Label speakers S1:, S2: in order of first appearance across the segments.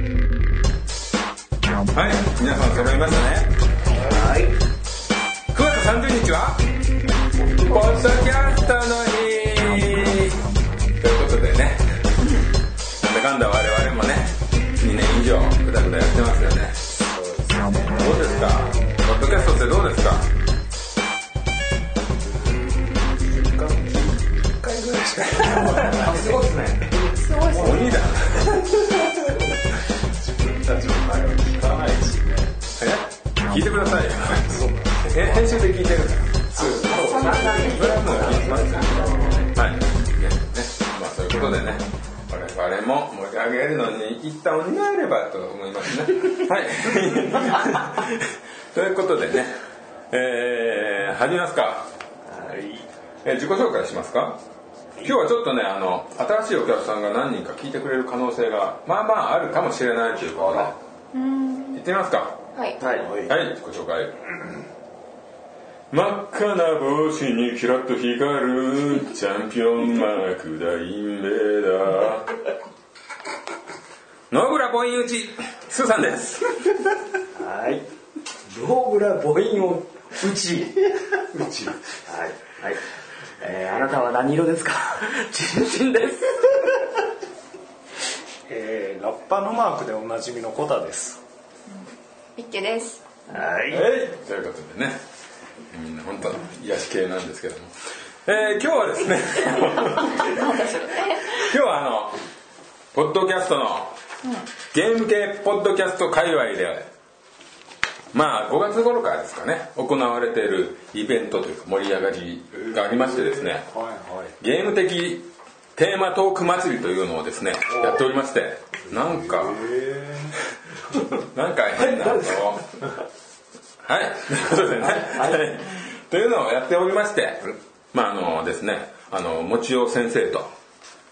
S1: はい、皆さん揃いましたね。
S2: はい。
S1: 9月30日は、ポッドキャストの日ということでね、なんだかんだ我々もね、2年以上、ぐだぐだやってますよね。どうですかポッドキャストってどうですか
S2: 1回ぐらいしか。 あ、すごいですね。
S3: すごいですね。
S1: 鬼だ。
S2: 自分たちの会話聞かないしね。
S1: え聞いてくださいよ。え編集で聞いてるから。
S2: そう。
S1: それはもう聞いてますよはい。ね、まあそういうことでね、我々も盛り上げるのに一旦鬼がいればと思いますね。はい。ということでね、えー、始めますか。えー自己紹介しますか今日はちょっとねあの新しいお客さんが何人か聞いてくれる可能性がまあまああるかもしれないということで行ってみますか
S3: はい。
S2: はい。はい。
S1: はい自己紹介真っ赤な帽子にキラッと光るチャンピオンマークだインベーダー野倉凡一スーさんです
S2: はい。ローブラ母音を打ち。打ち。はい。はい。えー、あなたは何色で すかチンチン です。
S4: えーラッパのマークでおなじみのコタです。
S3: ビッケです。
S2: はい。
S1: はい、ということでね、みんな本当癒し系なんですけども、えー今日はですね、今日はあのポッドキャストのゲーム系ポッドキャスト界隈で、まあ5月頃からですかね、行われているイベントというか盛り上がりがありましてですね、
S4: はいはい。
S1: ゲーム的テーマトーク祭りというのをですねやっておりましてなんか なんか変なのはいということでね、というのをやっておりましてまああのですねあのもちお先生と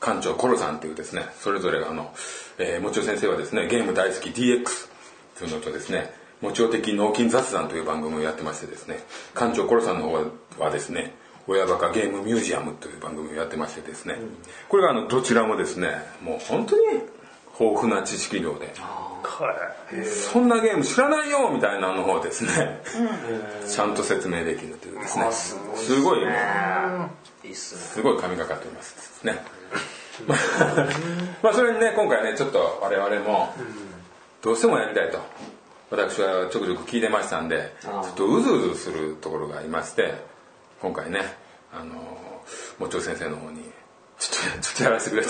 S1: 館長コロさんというですねそれぞれあの、えー、もちお先生はですねゲーム大好き DX というのとですね、もちお的脳筋雑談という番組をやってましてですね、館長コロさんの方はですね、親バカゲームミュージアムという番組をやってましてですね、これがあのどちらもですね、もう本当に豊富な知識量で、そんなゲーム知らないよみたいなのをですね、ちゃんと説明できるというですね、すごいね、
S2: いいっすね。
S1: すごい神がかっておりますですね。 まあまあそれにね今回ねちょっと我々もどうしてもやりたいと私はちょくちょく聞いてましたんでちょ
S2: あー
S1: っとうずうずするところがありまして今回ねあのもちろん先生の方にちょっとちょっとやらせてくれと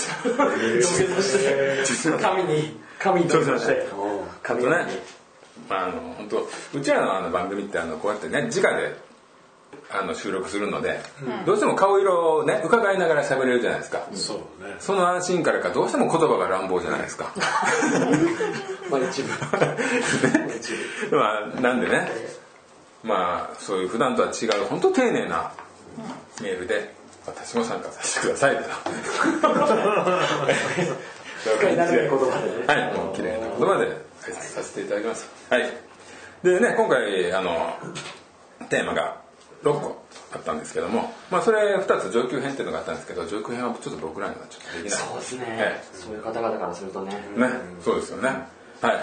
S1: ちょっと
S2: 神に、神に
S1: そうそうそう
S2: おう神
S1: と
S2: に
S1: ね。まああの本当うちらのあの番組ってあのこうやってね直であの収録するので、どうしても顔色をね伺いながら喋れるじゃないですか、
S4: そうね。
S1: その安心からかどうしても言葉が乱暴じゃないですか
S2: まあ 一部。
S1: まあなんでねまあそういう普段とは違う本当丁寧なメールで私も参加させてください と
S2: 一回慣れない言葉でね。
S1: はい、もう綺麗な言葉で解説させていただきます。はい。でね、今回、あの、テーマが6個あったんですけども、まあそれ2つ上級編っていうのがあったんですけど、上級編はちょっと僕らにはちょっとできない。
S2: そうですね
S1: え。
S2: そういう方々からするとね。
S1: えね、そうですよね。はい。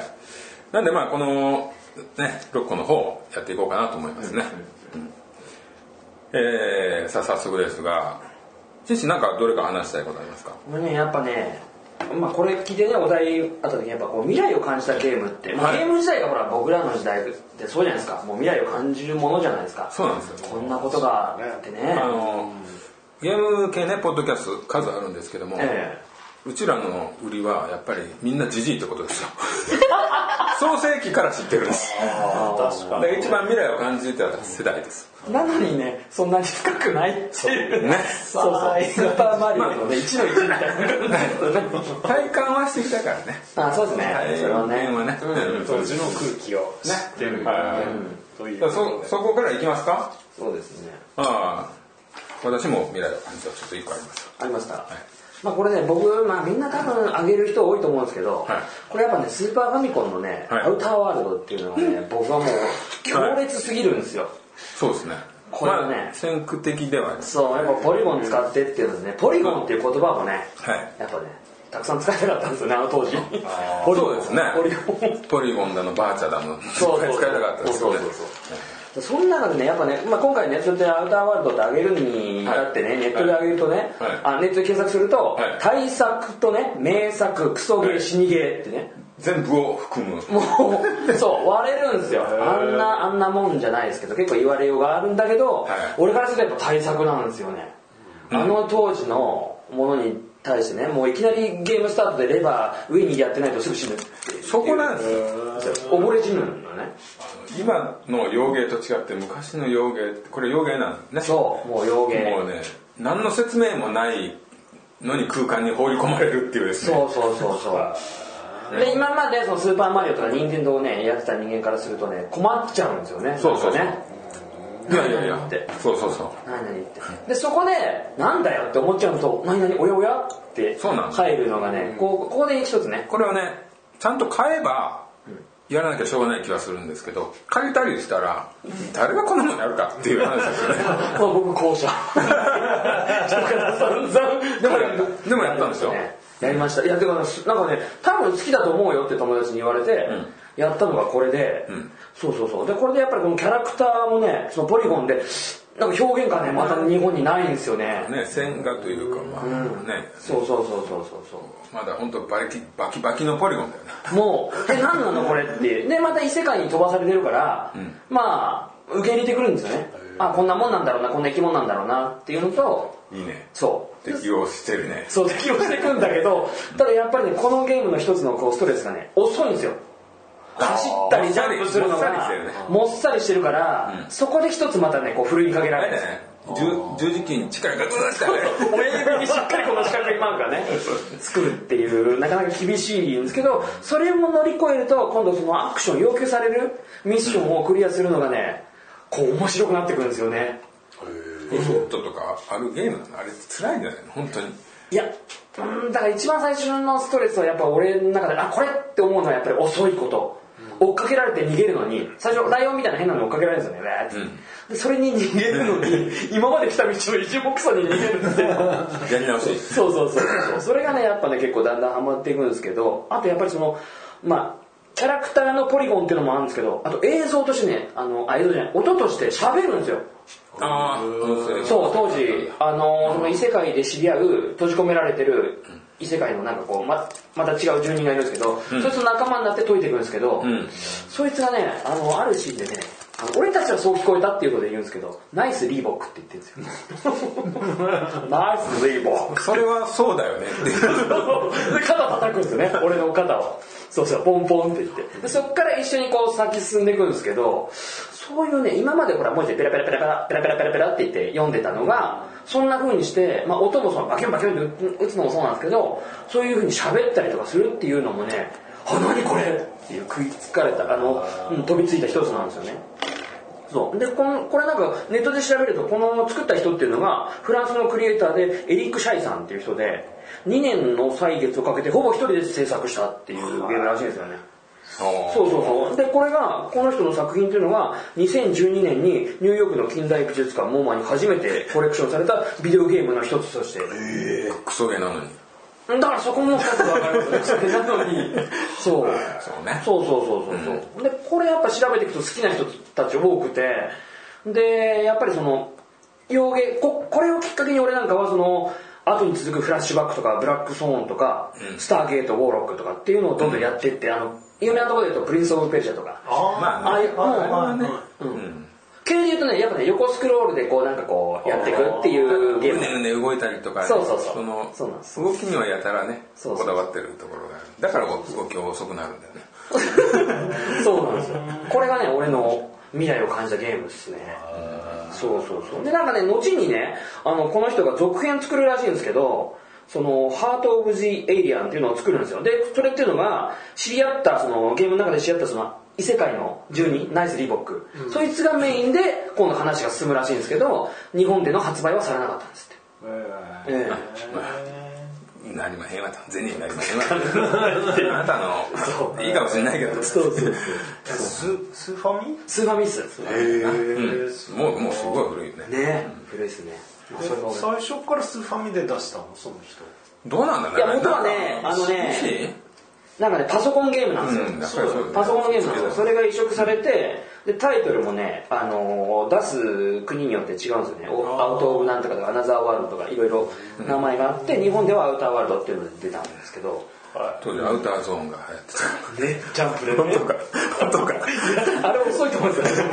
S1: なんでまあこの、ね、6個の方をやっていこうかなと思いますね。うんえー、さあ早速ですが、シシなんかどれか話したいことありますか
S2: これね、やっぱね、まあこれ聞いてね、お題あった時にやっぱこう未来を感じたゲームって、まあ
S1: はい
S2: ゲーム自体がほら僕らの時代ってそうじゃないですか。もう未来を感じるものじゃないですか。
S1: そうなんですよ。
S2: こんなことがあってね。
S1: あのゲーム系ねポッドキャスト数あるんですけども、
S2: え
S1: うちらの売りはやっぱりみんなジジイってことですよ 創世紀から知ってるんです
S4: 確か
S1: だ
S4: に。
S1: から一番未来を感じてた世代です
S2: えなのにね、そんなに深くないっていう。
S1: ね
S2: そうそう。スーパーマリオのね、1の1みた いな感じだね。
S1: 体感はしてきたからね
S2: あ、そうですね。それは
S1: 体験は
S2: ね。
S1: ね、うんそう
S4: 当
S1: です
S4: 時の空気を知ってる。
S1: はい
S4: という
S1: じゃ
S4: こ
S1: あそ
S4: と
S1: そこからいきますか
S2: そうですね。
S1: ああ私も未来を感じたちょっと一個あります
S2: ありました、まあこれね僕、まあ、みんな多分あげる人多いと思うんですけど、
S1: はい
S2: これやっぱねスーパーファミコンのね、
S1: はい
S2: アウターワールドっていうのがね、僕はもう強烈すぎるんですよ、
S1: そうですね
S2: これはね
S1: まあ先駆的ではあります
S2: そうやっぱポリゴン使ってっていうのでねポリゴンっていう言葉もね、
S1: はい
S2: やっぱねたくさん使えなかったんですよねあの当時ポリゴ
S1: そ
S2: ン
S1: うですね
S2: ポリゴン
S1: ポリゴンだのバーチャだの
S2: そう
S1: いっぱい使いたかったですよね
S2: そうそうそうその中でねやっぱね、まあ、今回ネットでアウターワールドって上げるに至ってね、
S1: はい
S2: ネットで上げるとね、
S1: はい
S2: あネットで検索すると、
S1: はい
S2: 対策とね名作クソゲー、
S1: はい
S2: 死にゲーってね
S1: 全部を含む
S2: もう そう割れるんですよあんなあんなもんじゃないですけど結構言われようがあるんだけど、
S1: はい
S2: 俺からするとやっぱ対策なんですよね、あの当時のものに対してねもういきなりゲームスタートでレバー上にやってないとすぐ死ぬっていう
S1: そこなんですよ
S2: 溺れ死ぬんだね
S1: 今の洋芸と違って昔の洋芸ってこれ洋芸なんですね
S2: そうもう幼芸
S1: もうね何の説明もないのに空間に放り込まれるっていうですね
S2: そうそうそうそうで今までそのスーパーマリオとか任天堂をねやってた人間からするとね困っちゃうんですよね
S1: そうそうそう
S2: なんかね
S1: いやいやいや
S2: って
S1: そうそうそう
S2: 何々ってでそこでなんだよって思っちゃうのと何々おやおやって
S1: そうなんです
S2: 入るのがねこうここで一つね
S1: これはねちゃんと買えばやらなきゃしょうがない気はするんですけど借りたりしたら誰がこんなもんやるかっていう話ですよね
S2: まあ僕後者だから散々
S1: でもやでもやったんですよ
S2: ねやりましたいやでもなんかね多分好きだと思うよって友達に言われて、やったのがこれで、そうそうそうでこれでやっぱりこのキャラクターもねそのポリゴンでなんか表現がねまた日本にないんですよね
S1: ね線画というかまあね
S2: そうそうそうそうそうそ
S1: まだ本当バキバキバキのポリゴンだよね
S2: うもうえ何なのこれっていうでまた異世界に飛ばされてるから、まあ受け入れてくるんですよねあこんなもんなんだろうなこんな生き物なんだろうなっていうのと
S1: いいね
S2: そう
S1: 適応してるね
S2: そう適応していくんだけどただやっぱりねこのゲームの一つのこうストレスがね遅いんですよ走ったりジャンプするの
S1: もっさ
S2: が
S1: りしてるね
S2: もっさりしてるから、そこで一つまたねこうふるいにかけら
S1: あ
S2: れ
S1: れ
S2: る
S1: だね十十字キーに力がグーッてね
S2: 親指にしっかりこの四角いマークがね作るっていうなかなか厳しいんですけどそれも乗り越えると今度そのアクション要求されるミッションをクリアするのがねこう面白くなってくるんですよね
S1: ロボットとかあるゲームなのあれ辛いんじゃないの本当に
S2: いやうーんだから一番最初のストレスはやっぱ俺の中であこれって思うのはやっぱり遅いこと、追っかけられて逃げるのに最初ライオンみたいな変なのに追っかけられるんですよねわーってでそれに逃げるのに今まで来た道の一目散に逃げるっていう
S1: やり直し
S2: そうそうそうそうそれがねやっぱね結構だんだんハマっていくんですけどあとやっぱりそのまあキャラクターのポリゴンっていうのもあるんですけどあと映像としてねあのあ映像じゃない音として喋るんですよ
S1: ああ
S2: そう当時あのその異世界で知り合う閉じ込められてる異世界のなんかこうままた違う住人がいるんですけど、そいつの仲間になって解いていくんですけど、
S1: ん
S2: そいつがねあのあるシーンでねあの俺たちはそう聞こえたっていうことで言うんですけどナイスリーボックって言ってるんですよ ナイスリーボック
S1: それはそうだよねっていう
S2: で肩叩くんですよね俺の肩をそうそうポンポンって言ってでそっから一緒にこう先進んでいくんですけどそういうね今までほら文字でペラペラペラペラペラペラペラペラって言って読んでたのがそんな風にして、まあ、音もそのバキュンバキュンって打つのもそうなんですけどそういう風に喋ったりとかするっていうのもねあ何これっていう食いつかれたあの、うん飛びついた一つなんですよねそうでこのこれなんかネットで調べるとこの作った人っていうのがフランスのクリエイターでエリック・シャイさんっていう人で2年の歳月をかけてほぼ一人で制作したっていうゲームらしいんですよね
S1: そ
S2: そうそうそうでこれがこの人の作品っていうのが2012年にニューヨークの近代美術館モーマに初めてコレクションされたビデオゲームの一つとして
S1: うクソゲーなのに
S2: だからそこも深く分か るんですよねなのにそう
S1: そうね
S2: そうそうそうそうそう、でこれやっぱ調べていくと好きな人たち多くてでやっぱりその洋芸ここれをきっかけに俺なんかはその後に続くフラッシュバックとかブラックソーンとか、スターゲートウォーロックとかっていうのをどんどんやっていって、あの有名なところで言うとプリンス・オブ・ペルシャとか
S1: ま
S2: あ
S1: あ
S2: あ
S1: ね
S2: いうもう
S1: ね
S2: 系で言うとねやっぱね横スクロールでこうなんかこうやっていくっていうゲ
S1: う
S2: ーム
S1: ねうね動いたりとか
S2: そうそうそう
S1: の
S2: そうなんです
S1: 動きにはやたらね
S2: そうそ
S1: こ
S2: う
S1: だわってるところがあるだから動きが遅くなるんだよね
S2: そうなんですよ。これがね、俺の未来を感じたゲームですね。そうそうそう。で、なんかね、後にね、あの、この人が続編作るらしいんですけど、その、ハート・オブ・ジ・エイリアンっていうのを作るんですよ。で、それっていうのが、知り合った、その、ゲームの中で知り合った、その、異世界の住人、ナイス・リボック。そいつがメインで、今度話が進むらしいんですけど、日本での発売はされなかったんですって。ええ
S1: なりまへんわと銭になりまへんわとあなた
S2: そう
S1: のいいかもしれないけど
S2: そう そうそう
S4: ススーファミ
S2: スーファミっすね
S4: へ
S1: もうもうすごい古いよね
S2: ね古いっすねまあそれが俺
S4: 最初からスーファミで出したのその人
S1: どうなんだろう
S2: いや元はねあのね
S1: PC？
S2: なんかねパソコンゲームなんですよ、
S1: うんやっぱりそうだよね
S2: パソコンゲームなんですよそれが移植されて、でタイトルもね、あのー出す国によって違うんですよねおアウト・オブ・なんとかとかアナザー・ワールドとかいろいろ名前があって、日本ではアウター・ワールドっていうので出たんですけど
S1: 当時アウターゾーンが流行ってた
S2: ねジャンプで
S1: 本当か本当か
S2: あれ遅いと思うんですよね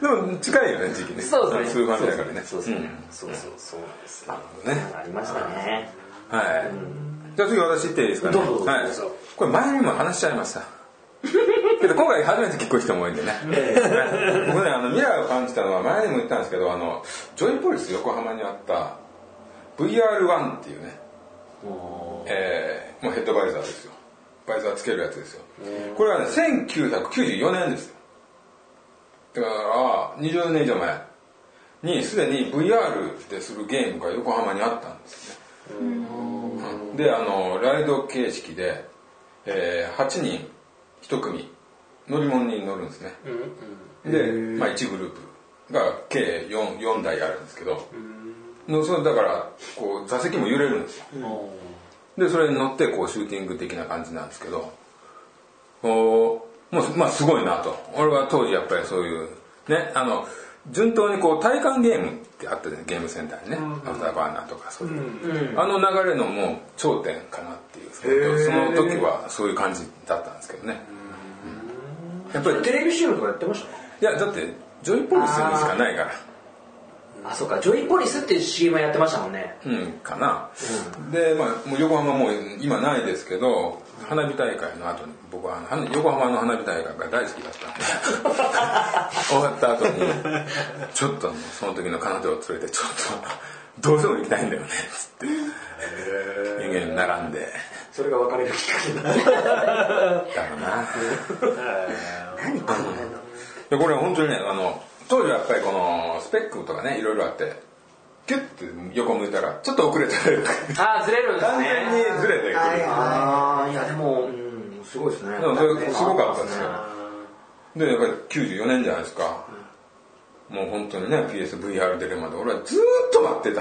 S1: でも近いよね時期ね
S2: そうですね
S1: スーファミだからね
S2: そうそう
S1: うん
S2: そうそうそうなんですよ
S1: どね
S2: ありましたね
S1: はい、じゃあ次私行っていいですかね
S2: どうぞどうぞ
S1: はい
S2: どうぞ、
S1: これ前にも話しちゃいました けど今回初めて聞く人も多いん でね、はい僕ねあの未来を感じたのは前にも言ったんですけどあのジョイポリス横浜にあった VR1 っていうね、えーもうヘッドバイザーですよバイザーつけるやつですよこれはね1994年ですよだから20年以上前にすでに VR でするゲームが横浜にあったんですねであのライド形式で、えー8人1組乗り物に乗るんですね、で、まあ、1グループが計 4, 4台あるんですけどのそれだからこう座席も揺れるんですよでそれに乗ってこうシューティング的な感じなんですけどおーもうまあすごいなと俺は当時やっぱりそういうねあの順当にこう体感ゲームってあったじゃないゲームセンターにね、アフターバーナーとかそういう、あの流れのもう頂点かなっていうそのその時はそういう感じだったんですけどね、うんやっぱり
S2: テレビ CM とかやってました
S1: いやだってジョイポリスにしかないから
S2: あそうかジョイポリスっていう CM やってましたもんね
S1: うんかな、で、まあ、もう横浜もう今ないですけど花火大会の後に僕はあの花横浜の花火大会が大好きだったんで終わった後にちょっともうその時の彼女を連れてちょっとどうしても行きたいんだよねつって人間に並んで
S2: それが別れるきっかけになった
S1: だろうな
S2: 何この辺の
S1: でこれは本当にねあの当時はやっぱりこのスペックとかねいろいろあってキュッて横向いたらちょっと遅れてる
S2: あーずれるんです
S1: 完
S2: ね
S1: 全にずれてくる
S2: はいあーいやでも、うん、すごいですね
S1: うんそれすごかったですよでやっぱり94年じゃないですか、もう本当にね PSVR 出るまで俺はずーっと待 ってた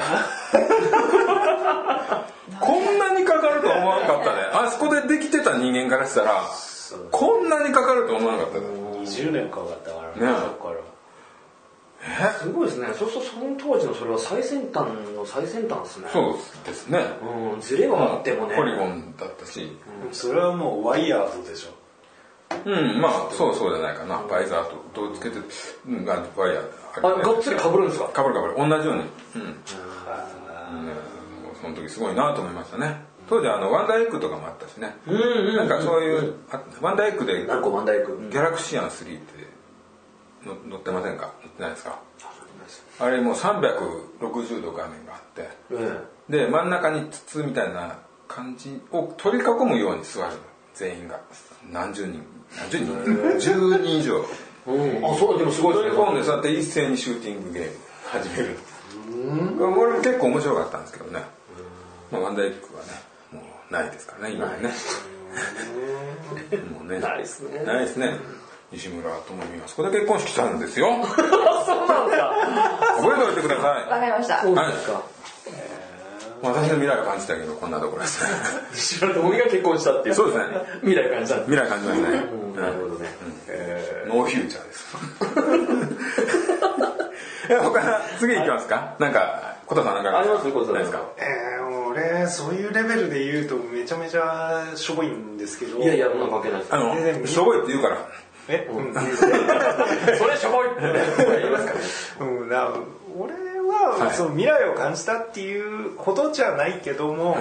S1: こんなにかかると思わなかったねあそこでできてた人間からしたらこんなにかかると思わなかったね
S4: 20年かかったからね
S1: ね
S4: そっから
S2: すごいですねそうするとその当時のそれは最先端の最先端ですね
S1: そうですね
S2: うんずれはあってもね
S1: ポリゴンだったし
S4: それはもうワイヤードでしょ
S1: うんまあそうそうじゃないかなバイザーとどうつけてうんあワイヤー
S2: あ
S1: あれね
S2: がっつり被るんですか
S1: かぶるかぶる同じようにうん、うんもうその時すごいなと思いましたね当時あのワンダイクとかもあったしね、
S2: うんうん
S1: なんかそういう、あワンダイクでギ
S2: 何個万代君、うん、
S1: ャラクシアン3っての乗ってませんか乗ってないですかあれもう360度画面があって
S2: うん
S1: で真ん中に筒みたいな感じを取り囲むように座るの全員が何十人何十人10人以 上
S2: うん、あそうでもすごい
S1: 取
S2: で
S1: り
S2: す
S1: 込ん
S2: ね
S1: でそうやって一斉にシューティングゲーム始める俺も結構面白かったんですけどね、まあ、ワンダイクはねもうないですからね今はね もうね
S2: ないですね
S1: ないですね西村智美はそこで結婚式したんですよ
S2: そうなんですか
S1: 覚えておいてくだ
S3: わ
S1: さい
S3: かりました
S2: そうなんですか
S1: 私の未来を感じたけどこんなところですね
S2: 知られて僕が結婚したっていう
S1: そうですね
S2: 未来感じたんで
S1: 未来感じますね、
S2: すなるほどね、え
S1: ノーフューチャーです え他次行きますか、なんか小田さんなんか
S2: あります小田さん
S1: ないですか
S4: えー、俺そういうレベルで言うとめちゃめちゃしょぼいんですけど
S2: ー、いやいやそんな関係ないです
S1: あ
S4: 全然
S1: のしょぼいって言うから
S4: えうん、
S2: それしょぼいって言いますかね
S4: うん、だから俺は、
S1: はい
S4: その未来を感じたっていうほどじゃないけども、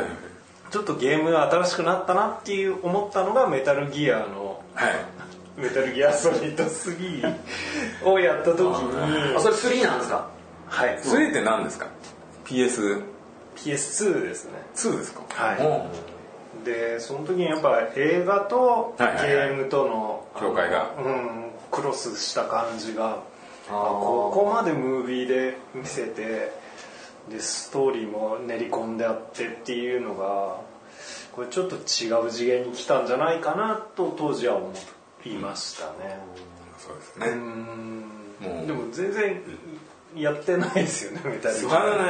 S4: ちょっとゲームが新しくなったなっていう思ったのがメタルギアの
S1: はい
S4: メタルギアソリッド3をやった時に
S2: あそれ3なんですか
S4: はい
S1: それって何ですか ?PS2
S4: PS2 ですね
S1: ですか
S4: はい
S1: おう
S4: でその時にやっぱ映画とゲ
S1: はいはいはい
S4: ームとの
S1: 境界が
S4: うん、クロスした感じが
S2: あー
S4: ここまでムービーで見せてでストーリーも練り込んであってっていうのがこれちょっと違う次元に来たんじゃないかなと当時は思いましたね
S1: そうですねもう
S4: でも全然やってないですよねメタリ
S1: す
S4: ッ
S1: ごい
S4: ク
S1: ね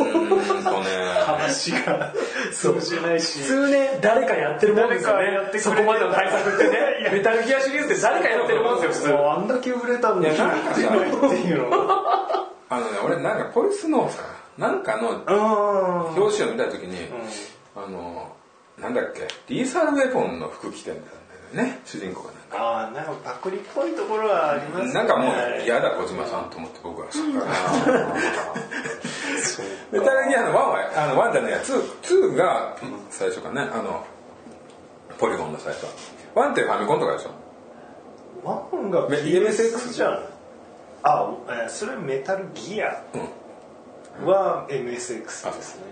S1: うーんと ね
S4: 話がそうしないし
S2: 普通ね誰かやってるもんですよね
S4: 誰かやってくれてる
S2: そこまでの対策ってねメタルギアシリーズって誰かやってるもんですよ
S4: もうあんだけ売れたのに
S1: いやなんかさ
S4: やってないっていうのが
S1: あのね俺なんかポリスのさなんかの
S4: うん
S1: 表紙を見た時に、あのなんだっけリーサルウェポンの服着てんだんだよね主人公がなんか
S4: ああなんかパクリっぽいところはありますね
S1: なんかもう嫌だ小島さんと思って僕はしたから
S4: そう
S1: メタルギアの1はあの1じゃねえや 2, 2が最初かねあのポリゴンの最初1ってファミコンとかでしょ
S4: ワンが
S1: め
S4: PSX じゃんあえーそれはメタルギアは MSX ですね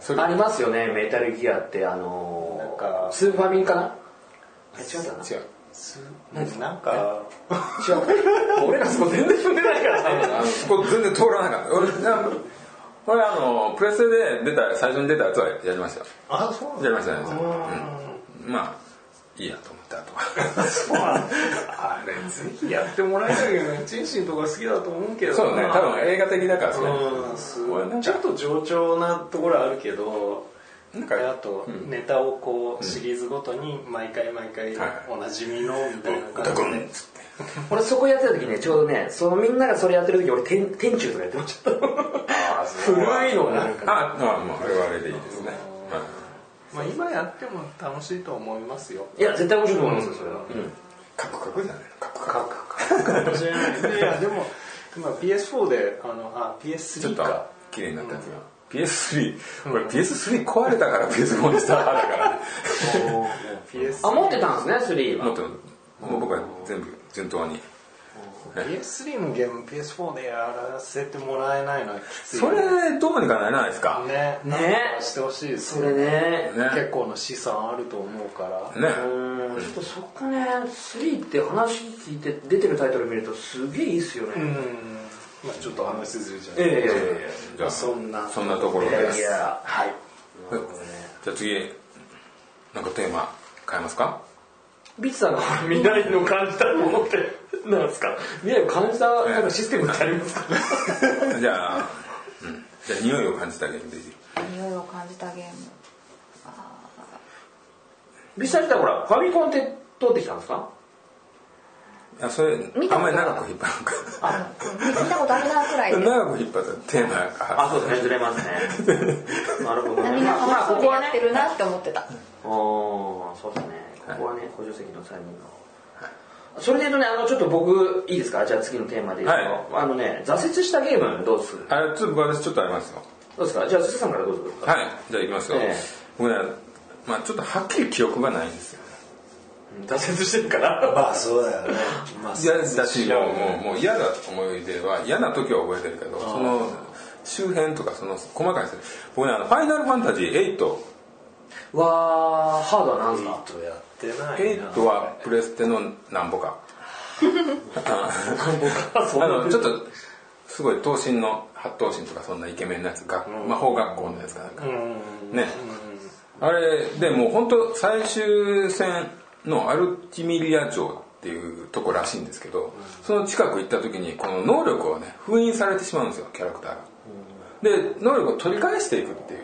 S1: それ
S2: ありますよねメタルギアってあのー
S4: なんか
S2: スーファミンかなあ違うかな
S1: 違う
S4: すなんか
S2: 違うか俺らそこ全然踏んでないからね
S1: あのそこ全然通らなかった俺な俺あのプレステで出た最初に出たやつはやりましたよ
S4: あそ
S1: や
S4: うな
S1: り
S4: ん
S1: ましたやりま
S4: だ
S1: し
S4: うん
S1: たまあいいやと思ってあ とは
S4: そうなんだあれぜひやってもらいたいけどねチンシンとか好きだと思うけどな
S1: そうね多分映画的だからそう
S4: うんすごい
S1: なん
S4: ち
S1: か
S4: ょっと冗長なところはあるけど
S1: なんか
S4: あとネタをこうシリーズごとに毎回毎回
S1: はい
S4: おなじみのみたいな
S1: 「歌
S4: 感
S1: く
S4: じ
S1: ん」
S4: で
S1: っつって
S2: 俺そこやってた時ねちょうどねそのみんながそれやってる時俺天天柱とかやってました古いのがなんか
S1: あまあまああれはあれでいいですねはい
S4: まあ今やっても楽しいと思いますよ
S2: いや絶対面白いと思いますよそれは、
S1: カクカクじゃないのカクカク
S4: かかかもしれないねいやでも今 PS4 であのあ
S1: ちょっ
S4: PS3
S1: と
S4: か
S1: 綺麗になったやつが PS3 これ PS3 壊れたから PS4 にした派だからね
S4: PS3
S2: あ持ってたんですね3は
S1: もっともう僕は全部順当に
S4: PS3 のゲーム PS4 でやらせてもらえないのはきつい
S1: それどうにかならないですか
S4: ね
S2: ね
S4: なんとかしてほしいです
S2: そ
S4: よ
S2: れね
S1: ね
S4: 結構の資産あると思うから
S1: ね
S2: うんちょっとそこね3って話聞いて出てるタイトル見るとすげえいいっすよ
S4: うん
S2: ね、
S4: まあちょっと話ずれちゃう
S2: えええ
S1: じゃあ
S4: そんな
S1: そんなところ
S2: いや
S1: で
S2: い
S1: す
S2: やはい
S1: じゃあ次なんかテーマ変えますか
S2: ビッツさんが未来の感じたものってなんですか未来を感じたなんかシステムってありますか
S1: じゃあ、うん、じゃあ匂いを感じたゲームでいい
S3: 匂いを感じたゲーム
S2: ビッツさん自体ほらファミコンって取ってきたんですか
S1: あそれ
S3: 見
S1: あ
S3: たこと
S1: んまり長く引っ張るか
S3: あ見たことあるなくらいで
S1: 長く引っ張ったらテーマが
S2: あそうですねずれます ねなるほどね
S3: みんな
S2: まあまあ
S3: 楽しそ
S2: こ
S3: う
S2: こ
S3: に
S2: は
S3: や
S2: ね
S3: ってるなって思ってた
S2: ああそうですねここはね補助席の3人のそれで言うとねあのちょっと僕いいですかじゃあ次のテーマで言うと、あのね挫折したゲームどうする
S1: あれちょっと私ちょっとありますよ
S2: どうですかじゃあスセさんからどうぞどうぞ
S1: はいじゃあいきますよ、
S2: ええ
S1: 僕ねまあちょっとはっきり記憶がないんですよ
S2: 挫折してるから
S4: まあそうだよねまあ
S1: 嫌だしもうもうもう嫌な思い出は嫌な時は覚えてるけどその周辺とかその細かいですね僕ねあの「ファイナルファンタジー8」
S2: わーハードは何ですか
S4: とやってない
S1: エイ
S4: な
S1: トはプレステのなんぼか。
S2: あそ
S1: あのちょっとすごい頭身の八頭身とかそんなイケメンなやつが、魔法学校のやつかなんか、ね、あれでもう本当最終戦のアルティミリア城っていうとこらしいんですけど、その近く行った時にこの能力をね封印されてしまうんですよキャラクターが。で能力を取り返していくっていう。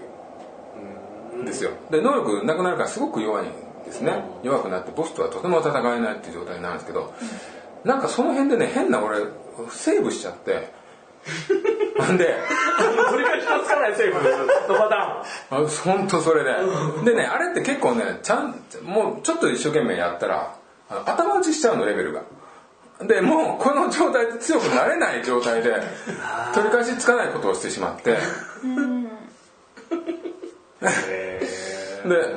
S1: ですよで能力なくなるからすごく弱いんですね、弱くなってボスとはとても戦えないっていう状態になるんですけど、なんかその辺でね変な俺セーブしちゃって なんで
S2: 取り返しのつかないセーブのパタ
S1: あ本当それででねあれって結構ねちゃんもうちょっと一生懸命やったらあの頭打ちしちゃうのレベルがでもうこの状態で強くなれない状態で取り返しつかないことをしてしまって
S4: え
S1: で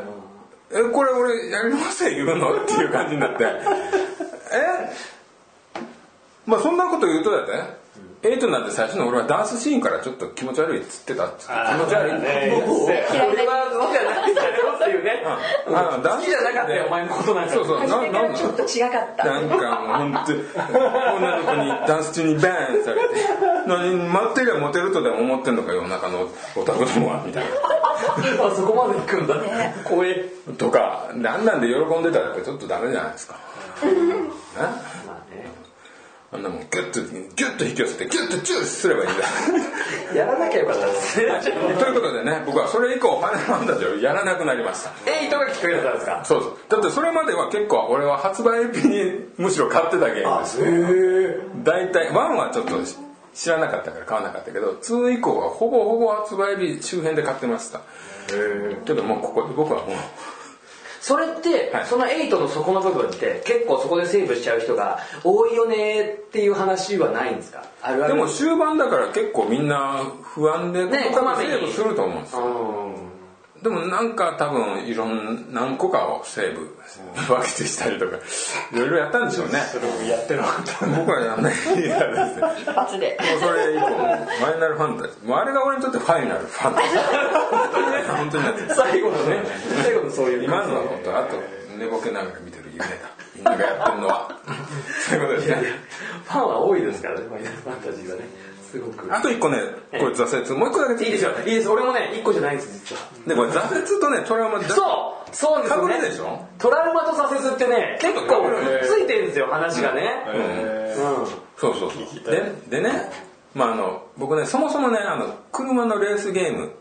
S1: 「えこれ俺やりません言うの?」っていう感じになってえまあそんなこと言うとだよねエイトになって最初の俺はダンスシーンからちょっと気持ち悪いっつってたっつって
S4: ー
S1: 気持ち悪い
S4: ね
S3: 嫌い
S2: ーン俺
S3: な
S2: は好きじゃないんだよっていうね
S1: うんあのダ
S2: 好
S1: ンス
S2: きじゃなかったよお前のことなんか
S1: そうそうな
S3: 初
S1: な
S3: め
S1: ん
S3: か
S1: なん
S3: らちょっと違かった
S1: なんかもう本当に女の子にダンス中にバーンされて何待ってりゃモテるとでも思ってんのか世の中のオタクどもはみたいな
S2: 今そこまで行くんだ
S3: ね
S2: 怖え
S1: とかなんなんで喜んでたらやっぱりちょっとダメじゃないですかね
S2: まあね
S1: あんなもんギュッとギュッと引き寄せてギュッとチューすればいいんだ
S2: やらなきゃよかったですね
S1: ということでね僕はそれ以降ファイナルファンタジーをやらなくなりました
S2: え糸が聞こえたんですか
S1: そうそうだってそれまでは結構俺は発売日にむしろ買ってたゲームです大体1はちょっと知らなかったから買わなかったけど2以降はほぼほぼ発売日周辺で買ってましたけどもうここで僕はもう
S2: それって、
S1: はい
S2: そのエイトの底の部分って結構そこでセーブしちゃう人が多いよねっていう話はないんですかあるあ
S1: で
S2: る
S1: も終盤だから結構みんな不安で
S2: ね
S1: ここセーブすると思うんですよ
S2: う
S1: でもなんか多分いろん何個かをセーブ分けてしたりとか いろいろやったんでしょうね
S4: それもやってなかっ た
S1: 僕はやんないからですね
S3: 一発で
S1: もう それ以降ファイナルファンタジーもうあれが俺にとってファイナルファンタジー本当になってる
S2: ん最後のね 最後のそういう
S1: 今のは本当あと寝ぼけながら見てる 夢だみんながやってるの はそういうことですね
S2: ファンは多いですからねファイナルファンタジーはねすごく
S1: あと一個ねこれ挫折もう一個だけ
S2: いいですよいいです俺もね1個じゃないんです実は
S1: でこれ挫折とねトラウマだ
S2: そうそうですよ
S1: 被る
S2: ね
S1: でしょ
S2: トラウマと挫折ってね結構くっついてるんですよ話がね
S4: え
S2: うん
S1: そうそうそうででね、まあ、あの僕ねそもそもねあの車のレースゲーム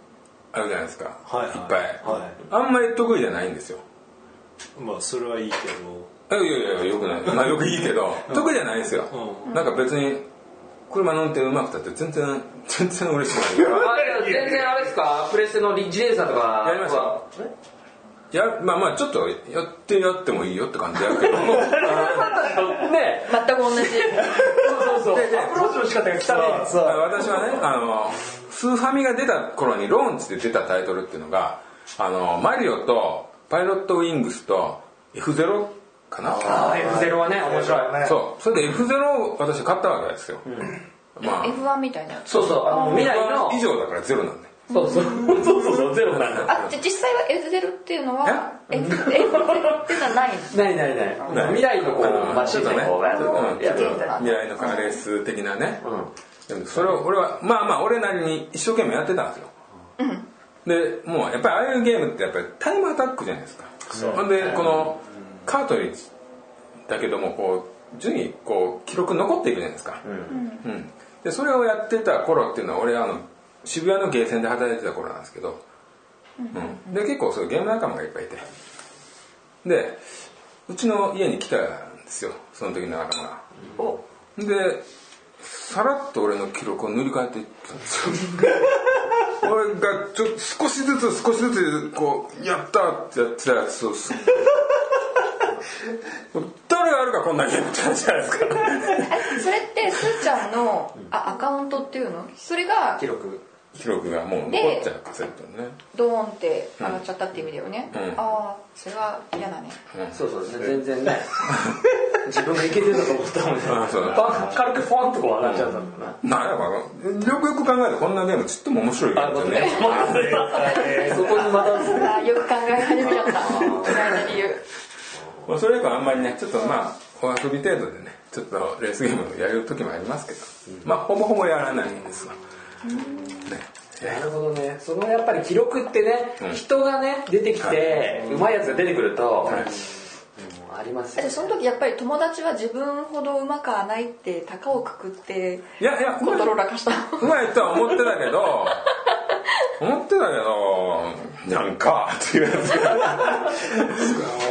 S1: あるじゃないですか、
S4: はいはい
S1: っぱい、
S4: は
S1: あんまり得意じゃないんですよ
S4: ーまあそれはいいけ
S1: い
S4: ど
S1: やいやいやよくない まあよくいいけど得意じゃないんですよ、なんか別に車の運転うまくたって全然全然嬉しく ない
S2: あでも全然あれですかプレステのリッジレーサーとか
S1: やりました
S2: は
S1: やまあまあちょっとやってやってもいいよって感じやる けど
S2: ね
S3: 全く同じ
S2: そうそうそうアプローチの仕方が汚い
S1: あ私はねあのスーファミが出た頃にローンチで出たタイトルっていうのがあのマリオとパイロットウィングスと F0 かな
S2: あー F0 はね面白い
S1: そうそれで F0 を私買ったわけですよ、まあ
S3: F1 みたいなやつ
S2: そうそうあの未来の
S1: 以上だからゼロなんで
S2: そうそうそうそうそうゼロなんだ
S3: あじゃあ実際は F0 っていうのは F0 っていうのはないの
S2: ないないない
S1: ない
S2: 未来のこ
S1: あ
S2: うマシン
S1: ちょっとね
S2: のこうやる
S1: うん
S2: やつみたいな
S1: 未来のカーレース的なね、
S2: うん
S1: でもそれを俺はまあまあ俺なりに一生懸命やってたんですよ、でもうやっぱりああいうゲームってやっぱりタイムアタックじゃないですかほんでこのカートリッジだけどもこう順位こう記録残っていくじゃないですか、うんでそれをやってた頃っていうのは俺あの渋谷のゲーセンで働いてた頃なんですけど、うん、で結構そういうゲーム仲間がいっぱいいてでうちの家に来たんですよその時の仲間が。
S2: お
S1: でさらっと俺の記録を塗り替えていったんです よ俺がちょっと少しずつ少しずつこうやったってやってたやつをす 誰がやるかこんなゲームって話じゃないですか
S3: えそれってすーちゃんのあアカウントっていうのそれが
S2: 記録
S1: 記録がもう残っちゃうカセットにね
S3: ドーンって上がっちゃったって意味だよね、
S1: ん
S3: ああそれは嫌だね
S2: そうそう全然ね 自分がいけてると思ったもんね
S1: あそうだ
S2: パン軽くフォンとこう上がっちゃったんだな
S1: なんやかよくよく考えてこんなゲームちっとも面白いゲームじゃ ねえ
S2: そこにまたですね
S3: あーよく考え始めちゃった嫌いな理由
S1: まあそれ以降あんまりねちょっとまあお遊び程度でねちょっとレースゲームをやる時もありますけど、まあほぼほぼやらないんですわ、ね
S2: なるほどねそのやっぱり記録ってね、人がね出てきて、うまいやつが出てくると、うんあります
S3: え
S2: よ
S3: でその時やっぱり友達は自分ほどうまくはないって高をくくって
S1: いやいや
S3: コントローラー化した
S1: うまいとは思ってたけど思ってたけどなんかっていうやつ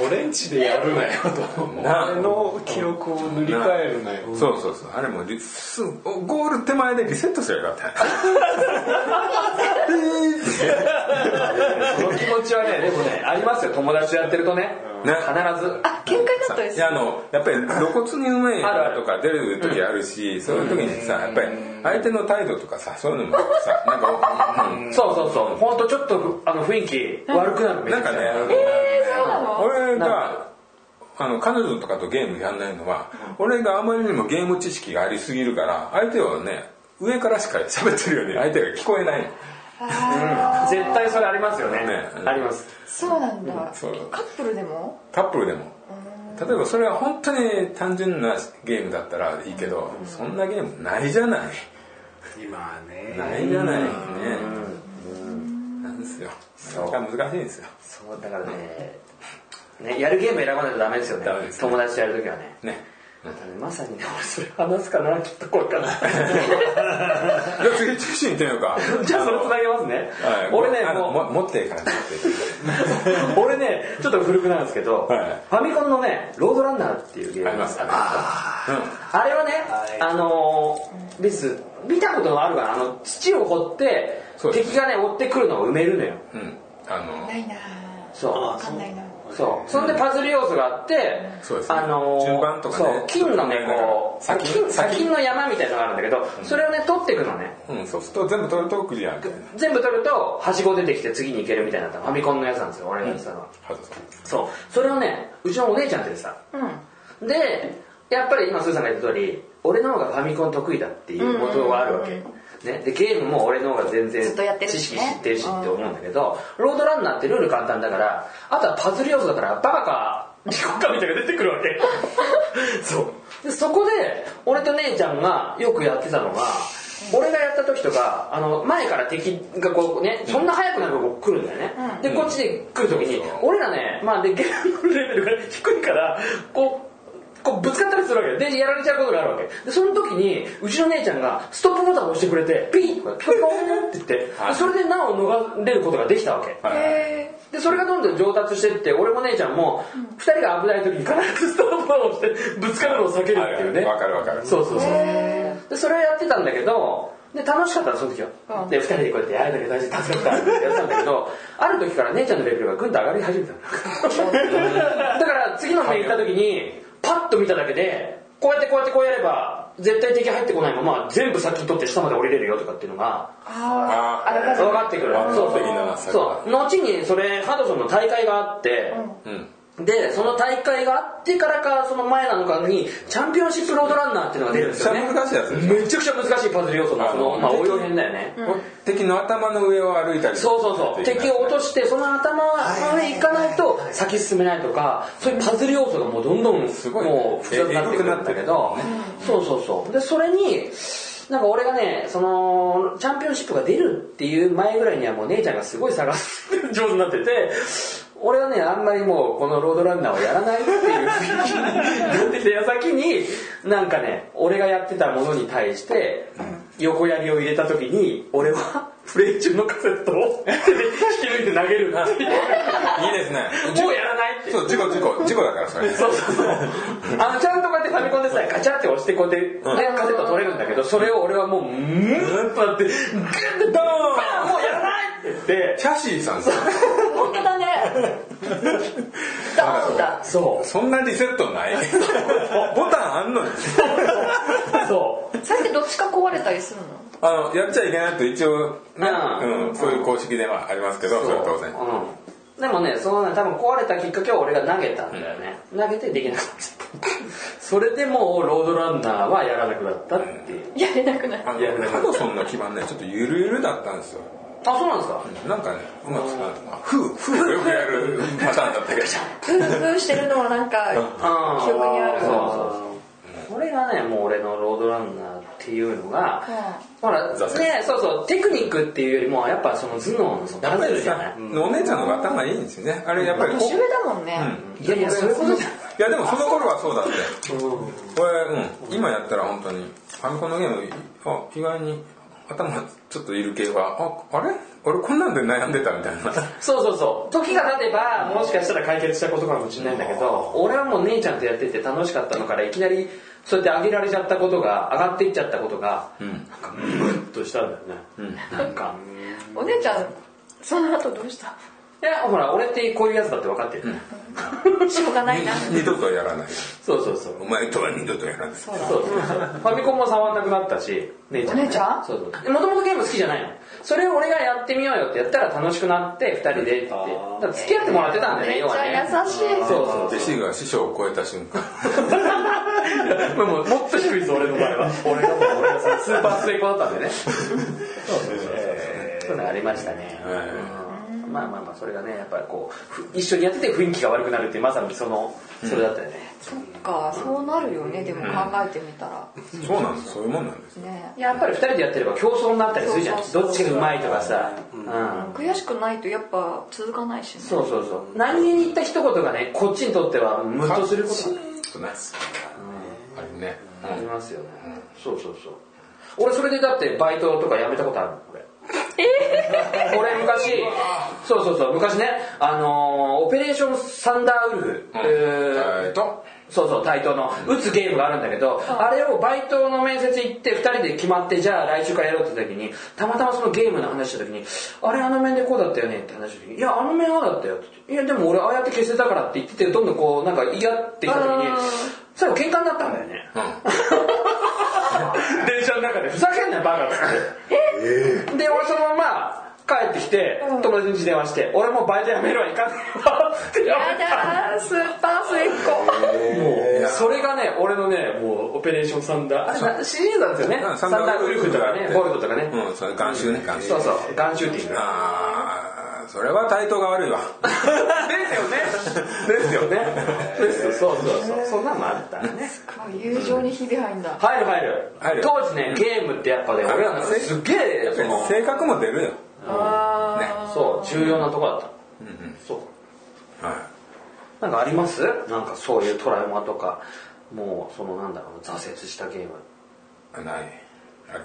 S4: 俺んちでやるなよと
S1: な
S4: 俺の記録を塗り替えるなよ
S1: そうそうそうあれもリすぐゴール手前でリセットすればよかった
S2: その気持ちは ねでもねありますよ友達とやってるとね
S1: ね
S2: 必ず
S3: あ喧嘩になったり
S1: い
S3: す
S1: や
S3: る
S1: あのやっぱり露骨にうまい
S2: あるある
S1: とか出る時あるしそういう時にさやっぱり相手の態度とかさそういうのもさなんか、うん
S2: そうそうそうほんとちょっとあの雰囲気悪くなる
S1: なんかね
S3: えーそうなの
S1: 俺
S2: なん
S1: があの彼女とかとゲームやんないのは俺があまりにもゲーム知識がありすぎるから相手をね上からしか喋ってるように相手が聞こえないの
S2: 絶対それありますよね
S1: ね
S2: あります
S3: そうなんだ
S1: そう
S3: カップルでも
S1: カップルでも例えばそれは本当に単純なゲームだったらいいけどそんなゲームないじゃない
S4: 今ね
S1: ないじゃないねなんですよ
S2: そう
S1: それが難しいんですよ
S2: そうだからねねやるゲーム選ばないとダメですよね
S1: ダメですね
S2: 友達とやるときはね
S1: ね
S2: だからねまさにね俺それ話すかなきっとこれ から
S1: じゃあ次チキシに行ってみようか
S2: じゃあそれつなげますね
S1: はい
S2: 俺ね
S1: あの
S2: もう
S1: も持っていかないと持っていかない
S2: 俺ねちょっと古くなるんですけどフ
S1: はい
S2: ァミコンのねロードランナーっていうゲーム
S1: あります
S2: ああれはね、
S4: はい
S2: あのー、です見たことがあるかなあの土を掘って
S1: そうです
S2: 敵がね追ってくるのを埋めるのよ
S1: うんうんあの
S3: ないな
S2: そ
S4: あ
S3: わかんないな
S2: うそうそんでパズル要素があって、
S1: そうですね
S2: あのー
S1: 順番とかね
S2: そう金のねこう
S1: 砂金
S2: 金
S1: 砂
S2: 砂
S1: 金
S2: 金の山みたいなのがあるんだけど、それをね取っていくのね
S1: うん、そうすると全部トルトークじゃんみたいな
S2: 全部取るとはしご出てきて次に行けるみたいなのファミコンのやつなんですよ俺がやってたのは、
S1: ハトさん
S2: そうそれをねうちのお姉ちゃんってさ
S3: うん
S2: でやっぱり今スーさんが言った通り俺の方がファミコン得意だっていうことがあるわけ、
S3: うんうん
S2: ね、でゲームも俺の方が全然
S3: ずっとやってるし
S2: 知
S3: ね
S2: 識知ってるしって思うんだけど、ロードランナーってルール簡単だからあとはパズル要素だからバカかリコかみたいなのが出てくる わけそうでそこで俺と姉ちゃんがよくやってたのが俺がやった時とかあの前から敵がこうねそんな速くなるこう来るんだよね、
S3: うん
S2: でこっちで来る時に
S1: うん
S2: 俺らね、まあ、でゲームのレベルが低いからこうこうぶつかったりするわけでやられちゃうことがあるわけでその時にうちの姉ちゃんがストップボタンを押してくれてピーとかピコピコって言ってで
S1: はい
S2: それでなお逃れることができたわけ
S1: はいはい
S3: へ
S2: でそれがどんどん上達してって俺も姉ちゃんも2人が危ない時に必ずストップボタンを押してぶつかるのを避けるっていうね
S1: わかるわかる
S2: そうそう
S3: え
S2: そう
S3: へ
S2: でそれをやってたんだけどで楽しかったのその時は、
S3: うん
S2: で2人でこうやってやるだけ大事助かったってやってたんだけど ある時から姉ちゃんのレベルがぐんと上がり始めたのだから次の目行った時にパッと見ただけでこうやってこうやってこうやれば絶対敵入ってこないまま全部先取って下まで降りれるよとかっていうのが
S3: あ
S1: あー
S3: ああらかじめ
S2: 分かってくる
S1: 圧
S2: そう
S1: 倒的な差
S2: そ
S1: が
S2: う後にそれハドソンの大会があって、
S1: うん
S2: でその大会があってからかその前なのかにチャンピオンシップロードランナーっていうのが出るん
S1: め
S2: で
S1: っ
S2: す
S1: ちゃ
S2: よね
S1: 難しいやつでしょ
S2: めちゃくちゃ難しいパズル要素のその、
S1: あの
S2: まあ、応用編だよね、
S1: 敵の頭の上を歩いたり
S2: そうそうそう敵を落としてその頭の上に行かないと先進めないとかそういうパズル要素がもうどんどん
S1: すごいね
S2: もう複雑になってくるんだけど
S1: ええ
S2: そうそうそうでそれになんか俺がねそのチャンピオンシップが出るっていう前ぐらいにはもう姉ちゃんがすごい探す上手になってて俺はねあんまりもうこのロードランナーをやらないっていう雰囲気になってきた矢先になんかね俺がやってたものに対して横やりを入れた時に俺はプレイ中のカセットを手で引き抜いて投げるっていう
S1: いいですね
S2: もうやらないって
S1: そう事故事故事故だからそれ
S2: そうそうそう。あの、ちゃんとこうやってファミコンでさえ、ガチャって押して、こうやって、ね、カセット取れるんだけど、それを俺はもう、ムーンとなって、グッてドーンバーンもうやらないって言って、
S1: キャシーさんさ
S3: 本当だねドーンだ
S2: そう。
S1: そんなリセットない ボタンあんのに
S2: そう。
S3: それってどっちか壊れたりするの
S1: あのやっちゃいけないと一応ね
S2: うん
S1: うんそういう公式ではありますけどそれは当然
S2: うん。でもね、そのね、多分壊れたきっかけは俺が投げたんだよね。投げてできなかった。それでもう、ロードランナーはやらなくなったっていう。
S3: やれなくなる
S1: あの
S2: いやでも
S1: ハドソンの基盤ねちょっとゆるゆるだったんですよ
S2: あ、そうなんですか
S1: なんかねうまく使うのフーフーがよくやるパターンだったけど
S3: プープーしてるのはなんか
S2: あー
S3: 記憶にある
S2: そうそうそうこれがねもう俺のロードランナーっていうのが、ほらね
S1: 挫折
S2: そうそうテクニックっていうよりもやっぱその頭脳のその
S1: やっぱ
S2: パズ
S1: り
S2: ルじゃな
S1: さ
S2: い、
S1: お姉ちゃんの方が頭いいんですよねあれやっぱりこう
S3: 年上だもんね
S2: いやいやそういうことじゃ
S1: いやでもその頃はそうだって
S2: うん
S1: これ、うん、今やったら本当にファミコンのゲームあ意外に頭ちょっといる系はああれ俺こんなんで悩んでたみたいな
S2: そうそうそう時が経てばもしかしたら解決したことかもしれないんだけど俺はもう姉ちゃんとやってて楽しかったのからいきなりそうやって上げられちゃったことが上がっていっちゃったことが、なんかムッとしたんだよね、なんか
S3: お姉ちゃんその後どうした
S2: いやほら俺ってこういうやつだって分かってる、
S3: しょうがないな
S1: 二度とやらない
S2: そうそうそう
S1: お前とは二度とやらない
S3: そうだ
S2: そうそうそうファミコンも触んなくなったし姉ちゃん
S3: お姉ちゃん
S2: そうそうでもともとゲーム好きじゃないのそれを俺がやってみようよってやったら楽しくなって2人でって言ってだから付き合ってもらってたんだよね
S3: めっ
S2: 要
S3: ち
S2: はね
S3: ゃ優しい
S2: そうそう
S1: 弟子が師匠を超えた瞬間
S2: もう もうもっと低いぞ俺の場合は俺がもう俺がさスーパー末っ子だったんでねそうそうそうそうそういうのありましたね、
S1: は
S2: うんまあまあまあそれがねやっぱりこうふ一緒にやってて雰囲気が悪くなるっていうまさにそのそれだったよね、
S3: そっかそうなるよねでも考えてみたら
S1: そうなんですそういうもんなんです
S3: ね
S2: やっぱり2人でやってれば競争になったりするじゃん
S3: そうそうそう
S2: どっちがうまいとかさ、うん
S3: 悔しくないとやっぱ続かないしね
S2: そうそうそう何気に言った一言がねこっちにとってはムッとすること
S1: カッとねあれね
S2: ありますよね、そうそうそう俺それでだってバイトとか辞めたことあるもん俺 俺昔そうそうそう昔ねあのーオペレーションサンダーウルフ、
S1: うん
S2: えー
S1: えーと
S2: そうそう対等の打つゲームがあるんだけど、あれをバイトの面接行って2人で決まってじゃあ来週からやろうって時にたまたまそのゲームの話した時に「あれあの面でこうだったよね」って話した時に「いやあの面ああだったよ」って言って「いやでも俺ああやって消せたから」って言っててどんどんこうなんか嫌ってきた時に
S3: あー
S2: 最後喧嘩になったんだよね、 電車の中でふざけんなよバカっつってで俺そのまま帰ってきて
S3: うん
S2: 友達に電話して「俺もうバイトやめるわいかんわ」ってや
S3: や
S2: めた
S3: だースーパー末っ子
S2: もうそれがね俺のねもうオペレーションサンダーあれなシリーズなんですよね
S1: うん
S2: サンダーウルフとかねボルトとかね、
S1: うんそれ眼臭ね眼臭
S2: そうそうガンシューテ ィング
S1: ああそれは対等が悪いわ
S2: ですよね ですよねです よそうそうそうそんなのもあったね
S3: あ友情にひび入んだ
S2: 入る入る
S1: 入る
S2: 当時ねゲームってやっぱね俺らの中ですっげえその
S1: 性格も出るよ
S3: あー
S2: そう重要なとこだったそう
S1: は
S2: なんかありますなんかそういうトラウマとかもうそのなんだろうな挫折したゲーム
S1: いないある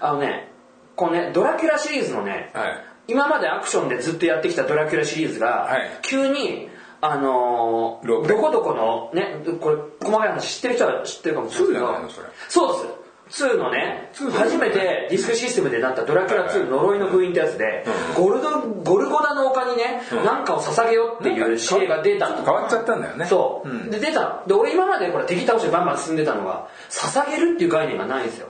S2: あのねこのねドラキュラシリーズのね、
S1: はい
S2: 今までアクションでずっとやってきたドラキュラシリーズが、
S1: はい
S2: 急にあのー
S1: ロープ
S2: どこどこのねこれ細かい話知ってる人は知ってるかもしれない
S1: ツーじゃないの
S2: け
S1: それ
S2: どそうです2のね
S1: ツーだよね
S2: 初めてディスクシステムでなった「ドラキュラ2呪いの封印」ってやつで、ゴルドゴルゴダの丘にね、なんかを捧げようっていう指令が出たの
S1: 変わっちゃったんだよね
S2: そう、
S1: ん
S2: で出たので俺今までほら敵倒してバンバン進んでたのが捧げるっていう概念がないんですよ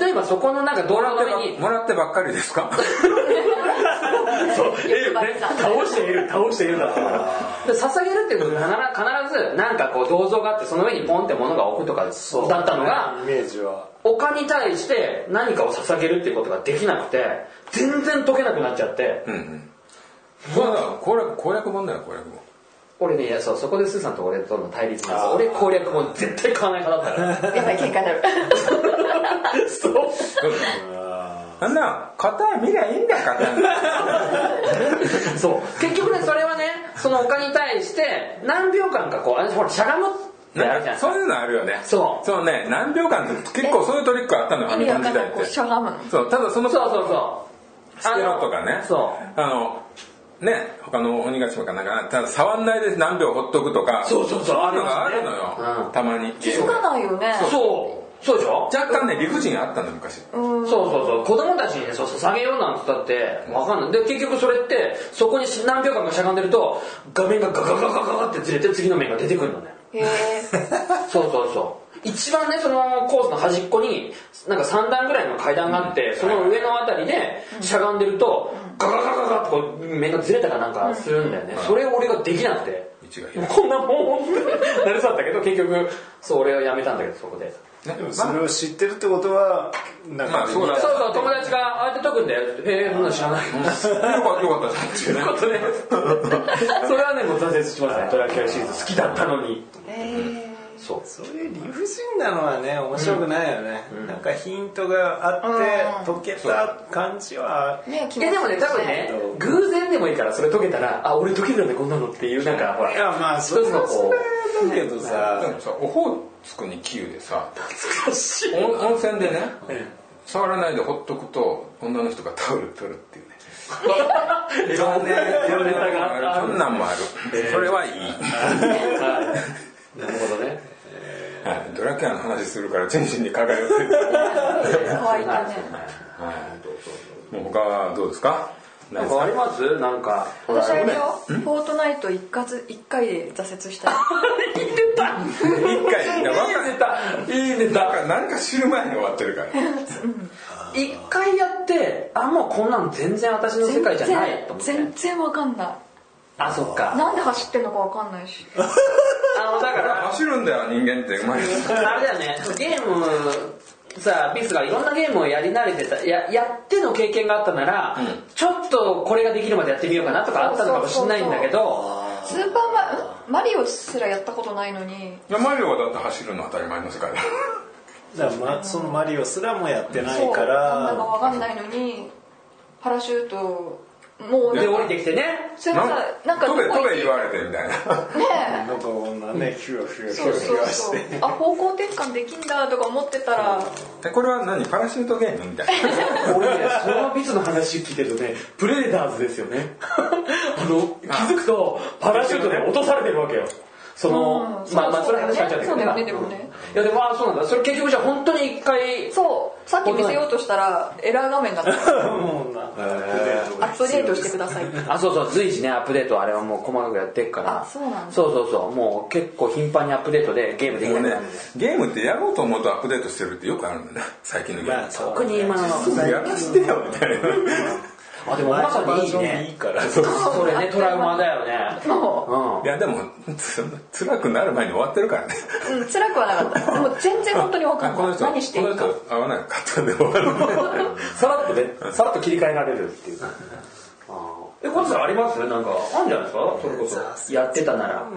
S2: 例えばそこのなんか泥の上に
S1: もらってばっかりですか
S2: そう
S3: よくばれた
S2: している倒しているだったから で捧げるっていうことは必ず必ずなんかこう銅像があってその上にポンって物が置くとかだったのが
S4: イメージは
S2: 丘に対して何かを捧げるっていうことができなくて全然解けなくなっちゃって
S1: うんうんそうだ攻略攻略本だよ攻略本
S2: 俺ねいやそうそこでスーさんと俺との対立なんですよ俺攻略本絶対買わない派だったか
S3: やばい喧嘩になる
S2: ら そう
S1: あんな型見りゃいいんだよ型
S2: そう結局ねそれはねその丘に対して何秒間かこうあほらしゃがむってあるじゃん
S1: そういうのあるよね
S2: そう
S1: そうね何秒間って結構そういうトリックあったのよファ
S3: 意
S1: ミ
S3: 味
S1: コ
S3: わ
S1: ン
S3: か
S1: 時
S3: んな
S1: 代
S3: い
S1: っ
S3: こう
S1: て
S3: しゃがむの
S1: そうただその
S2: そうそうそう
S1: スケロとかね
S2: そ
S1: あのね他の鬼ヶ島かなんかなただ触んないで何秒ほっとくとか
S2: そうそうそう
S1: いのがあるの
S2: う
S1: よ
S2: ん
S1: たまに
S3: 気づかないよね
S2: うそうそうでしょ
S1: 若干ね理不尽あったの昔
S3: うん
S2: そうそうそう子供たちにねそう捧げようなんつったってわかんないで結局それってそこに何秒間かしゃがんでると画面がガガガガガガってずれて次の面が出てくるのね
S3: へえ
S2: そうそうそう一番ねそのコースの端っこになんか3段ぐらいの階段があって、その上のあたりでしゃがんでると、ガガガガガってこう面がずれたかなんかするんだよね、それを俺ができなくて
S1: 道が開
S2: こんなもんなりそうだったけど結局そう俺はやめたんだけどそこで
S1: ね
S4: でも
S1: まあ
S4: それを知ってるってことはなんか、
S1: まあそうだ
S2: そうそう友達が「ああやって解くんだよ」って「ええそんなの知らない」
S1: よかったよかったっていうね
S2: ということでそれはねもう挫折しましたねドラキュラシリーズ好きだったのに
S3: へ え
S2: そう
S4: そういう理不尽なのはね面白くないよね、なんかヒントがあって、解けた感じは
S3: ね気
S2: い
S3: 持ちいい
S2: やでもね多分ね偶然でもいいからそれ解けたらあ俺解けるんだこんなのっていうなんかほら
S4: いやまあそれ
S2: 一つの
S4: はそ
S2: こ
S4: れだけど
S1: で
S4: さ
S1: もさオホーツクにキーウでさ
S2: う難しい
S1: 温温泉でね触らないでほっとくと女の人がタオル取るっていうね
S2: エロネタがあ
S1: そ
S2: る
S1: んなんもあるそれはいい
S2: はいなるほどね
S1: はいドラキュラの話するからチンチンに輝いてる
S3: 乾いたね
S1: もう他はどうですか
S2: なんかありますなんか
S3: 私あれよフォートナイト一括一回で挫折した
S2: 言ってた
S1: 一回いやわかん
S2: いいネタいいネタ
S1: なんか何か知る前に終わってるから
S2: 一回やってあもうこんなの全然私の世界じゃないと思って
S3: 全然わかんな
S2: あそっ
S3: い
S2: か
S3: なんで走ってんのかわかんないし
S2: あのだから
S1: 走るんだよ人間ってうまい
S2: あれだよねゲームさあビスがいろんなゲームをやり慣れてたややっての経験があったなら、ちょっとこれができるまでやってみようかなとかあったのかもしれないんだけど
S3: スーパーマんマリオすらやったことないのに
S1: いやマリオはだって走るの当たり前の世界だ
S4: だからまそのマリオすらもやってな
S3: そ
S4: いう
S3: な
S4: か
S3: んだからわかんないのにパラシュートもう
S2: で
S3: ね
S2: 降りてきてね
S3: それもさなんかど
S1: と
S3: こ
S1: べと
S3: 行
S1: べ言われてみたいな
S3: くねえ
S4: なんかこんなねヒューヒューヒ
S3: そ
S4: ュ
S3: う
S4: ーヒ
S3: そ
S4: ュ
S3: う
S4: ーし
S3: そう
S4: て
S3: あ方向転換できんだとか思ってたら
S1: えこれは何パラシュートゲームみたいな
S2: 俺ねそのビズの話聞いてるとねプレーダーズですよねあの気づくとパラシュートで落とされてるわけよその、
S3: うん
S2: まあまあ
S3: そ
S2: そうれ話変わっちゃうんだけど
S3: そうだよねでもね
S2: いやでもあそうなんだそれ結局じゃあ本当に一回
S3: そうさっき見せようとしたらエラー画面だった
S4: もうなアップデート
S3: ア
S4: が
S3: ップ
S4: 必
S3: デート
S4: 要で
S3: して
S4: す
S3: ください
S2: あそうそう随時ねアップデートあれはもう細かくやってっから
S3: あそうなんだ
S2: そうそうそうもう結構頻繁にアップデートでゲームでき
S1: も
S2: な
S1: うね
S2: いなんで
S1: ゲームってやろうと思うとアップデートしてるってよくあるんだね最近のゲーム、
S4: まあそう
S2: 特に今の
S1: やらしてよみたいな
S2: あでもまさにいいね
S4: いいから
S2: それねトラウマだよね
S3: も
S1: いやでもつ辛くなる前に終わってるからね
S3: う、うん、辛くはなかったでも全然本当に分かん
S1: この
S3: ない
S1: 人
S3: 何していい
S1: こ
S3: か
S1: の人合わなかったんで終わる
S2: さらっとねさらっと切り替えられるっていうえこれさんありますなんかあるんじゃないですかそれこそやってたなら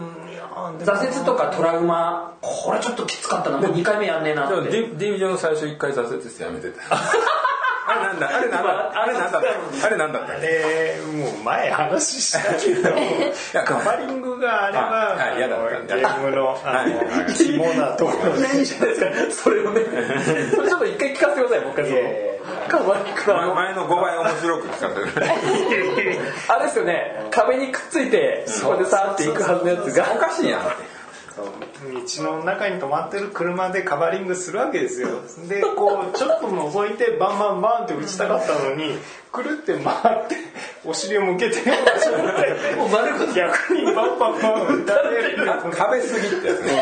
S2: 挫折とかトラウマこれちょっときつかったなもう2回目やんねえな
S1: でも
S2: っ
S1: デ
S2: て
S1: ィディビジョンの最初一回挫折してやめてたあれなんだあれなんだあれなんだあれなんだったっけ
S4: えーもう前話したけど
S1: いや
S4: カバリングがあれば
S1: ああ嫌だったんだ
S4: ゲームのあ
S1: はい
S4: の肝なところで
S2: いいじゃないですかそれをねそれちょっと一回聞かせてくださいもう一回そ
S4: いやいやい
S2: のかわいくあ
S1: 前
S2: の
S1: 前の5倍面白く使って る
S2: あれですよね壁にくっついてそこでさーっていくはずのやつが
S1: おかしいやん
S4: 道の中に止まってる車でカバリングするわけですよでこうちょっと覗いてバンバンバンって打ちたかったのにくるって回ってお尻を向けてるような状態で
S2: もう丸ごと
S4: 逆にバンバンバン打たれる
S1: 壁すぎってやつね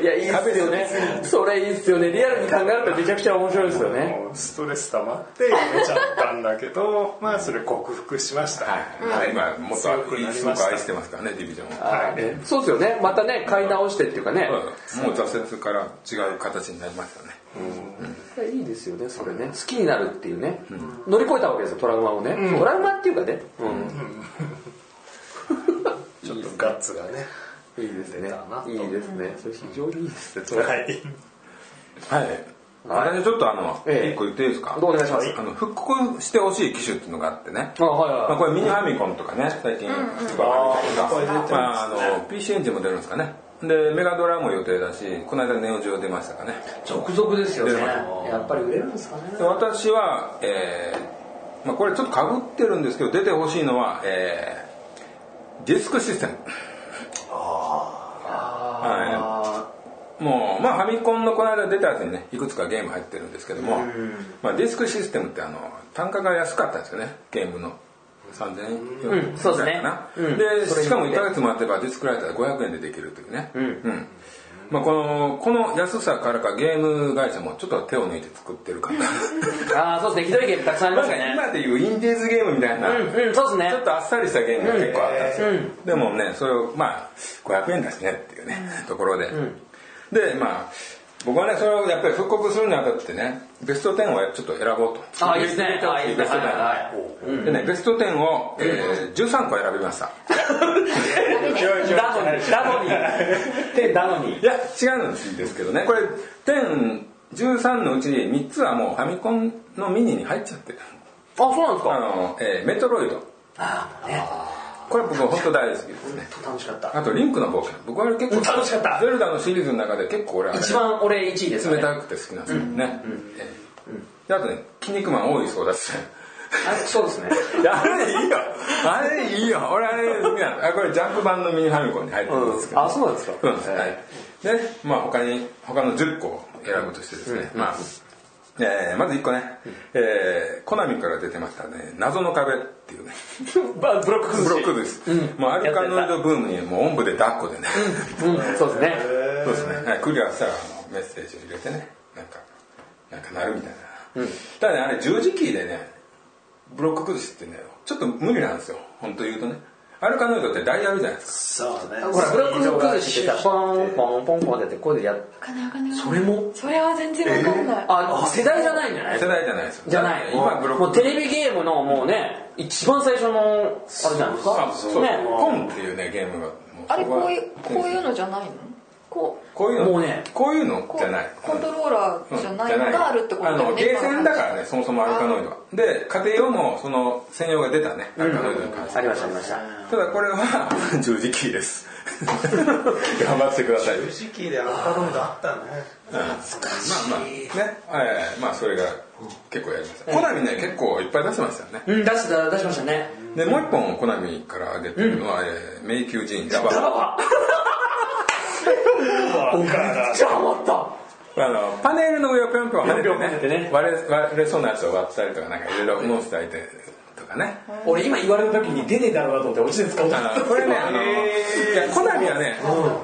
S2: いやいいっすよねそれいいっすよねリアルに考えるとめちゃくちゃ面白いですよね
S4: もうストレス溜まってやめちゃったんだけどまあそれ克服しました、
S1: はい、今もっと
S4: 強くなりまし
S1: す
S4: た
S1: ごく愛してますからねディビジョンは、
S2: はいそうですよねまたね買い直してっていうかね
S1: うんもう挫折から違う形になりましたね
S2: いやいいですよねそれね好きになるっていうね乗り越えたわけですよトラウマをねトラウマっていうかね
S4: ちょっとガッツがね
S2: いいですね
S4: 出たない
S2: いですねそれ非常にいいですねそれ
S4: はい
S1: はいあれでちょっとあの、
S2: ええ
S1: 一個言っていいですか
S2: お願いします
S1: あの復刻してほしい機種っていうのがあってね
S2: あはい
S1: まあ、
S2: は
S1: これミニファミコンとかね最近スーパーファミコンとかまああの PC エンジンも出るんですかねでメガドラも予定だしこの間ネオジオ出ましたかね
S2: い続々ですよね
S1: 出ま
S2: やっぱり売れるんですかね
S1: で私は、えーまあ、これちょっとかぶってるんですけど出てほしいのは、えーディスクシステム
S2: あ
S1: もう、まあ、ファミコンのこの間出たやつにねいくつかゲーム入ってるんですけども、まあ、ディスクシステムってあの単価が安かったんですよねゲームの3000円
S2: うんそうで
S1: ぐ
S2: すね
S1: らいかな
S2: うん
S1: で
S2: それに
S1: しかも1ヶ月待てばディスクライター500円でできるというね、
S2: ん
S1: うんまあ、このこの安さからかゲーム会社もちょっと手を抜いて作ってる 感じ
S2: ーあーそうですねひどいゲームたくさんありますよね
S1: 今でいうインディーズゲームみたいな、
S2: うんうんそうですね
S1: ちょっとあっさりしたゲームが結構あったんですよ、でもねそれをまあ500円だしねっていうね、ところで、でまあ僕はねそれをやっぱり復刻するにあたってねベスト10をちょっと選ぼうと
S2: あーいいですねあーいいで
S1: ベ
S2: す
S1: ス
S2: ね
S1: ト
S2: はいは
S1: 10でねベスト10を、えー13個選びました
S2: いダノにダノにでダノに
S1: いや違うんですけどねこれ1013のうち3つはもうファミコンのミニに入っちゃってる
S2: あそうなんです
S1: あ
S2: か
S1: の、えーメトロイド
S2: ああね
S1: これ僕本当大好きですね
S2: 楽しかった
S1: あとリンクの冒険僕はあれ結構
S2: 楽しかった
S1: ゼルダのシリーズの中で結構俺あれ
S2: 一番俺1位です
S1: 冷
S2: ね
S1: たくて好きなんですよね、ええであとね「筋肉マン」多いそうだし
S2: あそうですね
S1: いやあれいいよあれいいよ俺あれ好きなのあこれジャンプ版のミニファミコンに入ってるんですけど、
S2: あそうなんですか
S1: そうなんですはいでまあ他に他の10個を選ぶとしてですね、まあえーまず1個ね、えーコナミから出てましたね「謎の壁」っていうね
S2: まあブロック
S1: ブロックです、もうアルカノイドブームにもうおんぶで抱っこでね、
S2: うんそうですね
S1: そうですね、はい、クリアしたらあのメッセージを入れてねなんかなんかなるみたいな、ただねあれ十字キーでねブロック崩しってねちょっと無理なんですよ本当言うとねアルカノイドってダイヤルじゃないですか
S4: そうね
S2: ほらブラックホックスってさポンポンポンポンってやってこういうのやっ
S3: 金金
S2: それも
S3: それは全然わかんない、
S2: あ世代じゃないんじゃない
S1: 世代じゃないですよ
S2: じゃない
S1: 今ブロック
S2: もうテレビゲームのもうね一番最初のあれじゃないです
S1: あ
S2: か
S1: そう
S2: ね
S1: コンっていうねゲームがも
S3: あれこういう
S1: そ
S3: こういう
S1: の
S3: のじゃないのこう
S1: こういうの
S2: もうね
S1: こういうの
S3: こう
S1: じゃない
S3: コントローラーじゃないのがあるってことだ
S1: あ
S3: よ
S1: の
S3: ね
S1: ゲーセンだからねそもそもアルカノイドはで家庭用もその専用が出たねアルカノイドに関して
S2: ありましたありました
S1: ただこれは 十字キーです頑張ってください
S4: 十字キーでアルカノイドあったね
S1: まあまあねはいまあそれが結構やりましたコナミね結構いっぱい出してましたよね
S2: うん出した出しましたね
S1: でもう一本コナミから出てるのはえー迷宮寺院ラバー
S4: おから
S2: じゃあ余った
S1: あのパネルの上をぴょんぴょん跳ね
S2: ぴょんぴょん跳ね
S1: て
S2: て
S1: ね
S2: ね
S1: 割れ割れそうなやつを割ったりとかなんかいろいろモンスターいてとかね
S2: 俺今言われた時に出ねえだろうなと思って落ちて使おうと思っ
S1: あ
S2: た
S1: のこれねあのいやコナミはね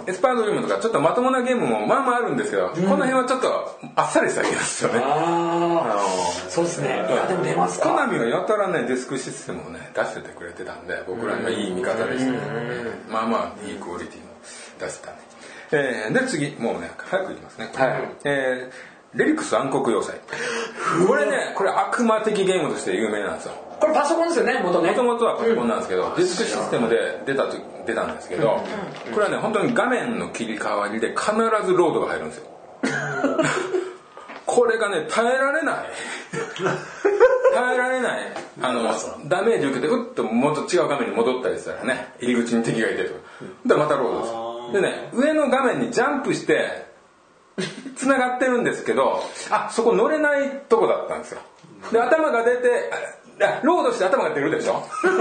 S1: エスパードリームとかちょっとまともなゲームもまあまああるんですけどこの辺はちょっとあっさりしたゲームですよね
S2: あ
S1: あ
S2: あそうですねい
S1: の
S2: やでも出ます
S1: コ
S2: か
S1: ナミはやたらねディスクシステムをね出しててくれてたんで僕らにはいい味方でしたねまあまあいいクオリティの出してたねえーで次もうね早くいきますね
S2: はい
S1: えーレリクス暗黒要塞これねこれ悪魔的ゲームとして有名なんですよ
S2: これパソコンですよね元ね
S1: もともとはパソコンなんですけど、ディスクシステムで出たと出たんですけど、これはね本当に画面の切り替わりで必ずロードが入るんです よこれがね耐えら れない耐えられないあのダメージ受けてうっともっと違う画面に戻ったりしたらね入り口に敵がいてとかでまたロードですよでね上の画面にジャンプして繋がってるんですけどあそこ乗れないとこだったんですよで頭が出てああロードして頭が出るでしょでう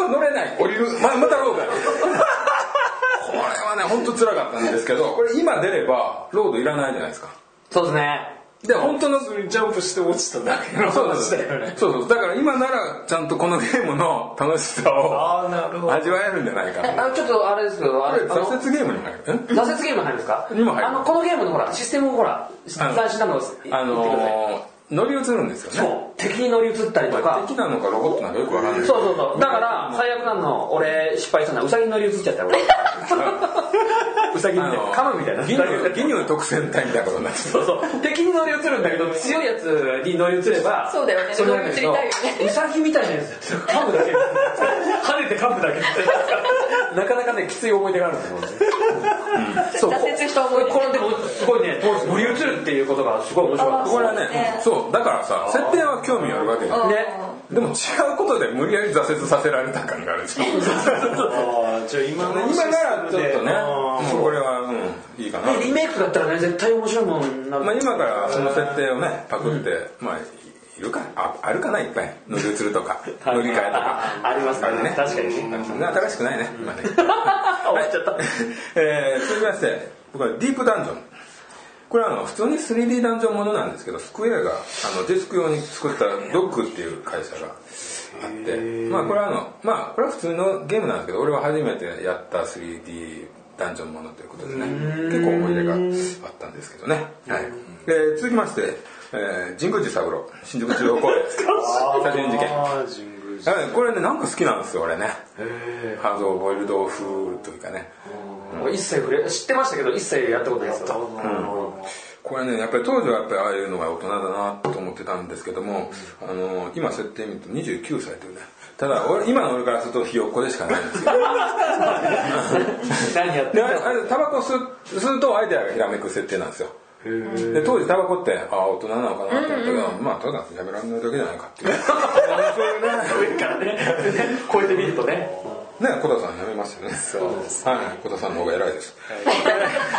S1: わ乗れない降りるままたロードやこれはね本当辛かったんですけどこれ今出ればロードいらないじゃないですか
S2: そうですね
S1: で本当の
S4: それにジャンプして落ちただけの
S1: そうなんで
S4: 話
S1: す
S4: だよね
S1: そうそうだから今ならちゃんとこのゲームの楽しさを
S4: ああなるほど
S1: 味わえるんじゃないか
S2: え
S1: な
S2: あのちょっとあれですけどあ
S1: こ
S2: れ
S1: れ
S2: あの
S1: 挫折ゲームに入るん
S2: 挫折ゲーム入るんですか
S1: にも入る
S2: あのこのゲームのほらシステムをほら
S1: あの
S2: 斬新なのを言ってくだ
S1: あ
S2: さい
S1: のー乗り移るんですよね
S2: そう敵に乗り移ったりとか
S1: 敵なのかロボットなのかよくわかんない
S2: そうそうそうだから最悪なの俺失敗したのはウサギに乗り移っちゃったよ俺ウサギみたいなカムみたいな
S1: ギニューギニュー特選隊みたいなことになって
S2: そうそう敵に乗り移るんだけど強いやつに乗り移れば
S3: そうだよね
S2: れなんけど
S3: 乗り移りたいよね
S2: ウサギみたいなやつだったら噛むだけ跳ねて噛むだけなかなかねきつい思い出があるんですよそう
S3: 挫折した思い出
S2: これでもすごいね当時乗り移るっていうことがすごい面白かっ
S1: これはね
S3: ね
S1: そうだからさ設定は興味あるわけ
S2: た
S1: よ
S2: ね
S1: でも違うことで無理やり挫折させられた感があるでしょ
S4: ああじゃあ今の
S1: 今ならちょっとね
S4: あー
S1: もうこれはうんいいかな
S2: でリメイクだったらね絶対面白いものになる
S1: まあ今からその設定をねパクってまあいるかああるかないっぱい乗り移るとか乗り換えとか
S2: あります
S1: あるね
S2: ね確かに
S1: そんな新しくないね今ね
S2: あ 終わっちゃった
S1: えー続きまして僕はディープダンジョンこれはあの普通に 3D ダンジョンものなんですけどスクエアがあのディスク用に作ったドックっていう会社があってまあこれはあのまあこれは普通のゲームなんですけど俺は初めてやった 3D ダンジョンものということでね結構思い出があったんですけどね、はいで続きまして、えー神宮寺三郎新宿中央 公園殺人事件
S4: ああ神宮寺
S1: はいこれねなんか好きなんですよ俺ねハードボイルド風というかね
S2: もう一切触れ知ってましたけど一切やったことないですよ
S1: これねやっぱり当時はやっぱりああいうのが大人だなと思ってたんですけども、あの今設定見ると29歳というねただ俺今の俺からするとひよっこでしかないんですけど
S2: 何やって
S1: で
S2: んの
S1: あれタバコ吸う吸うとアイデアがひらめく設定なんですよで当時タバコってああ大人なのかなと思ったけど、まあただやめられないだけじゃないかっていうそういうね
S2: 上からね超えてみるとね
S1: ね小田さんやめましたよねそうです、はい、小田さんの方が偉いです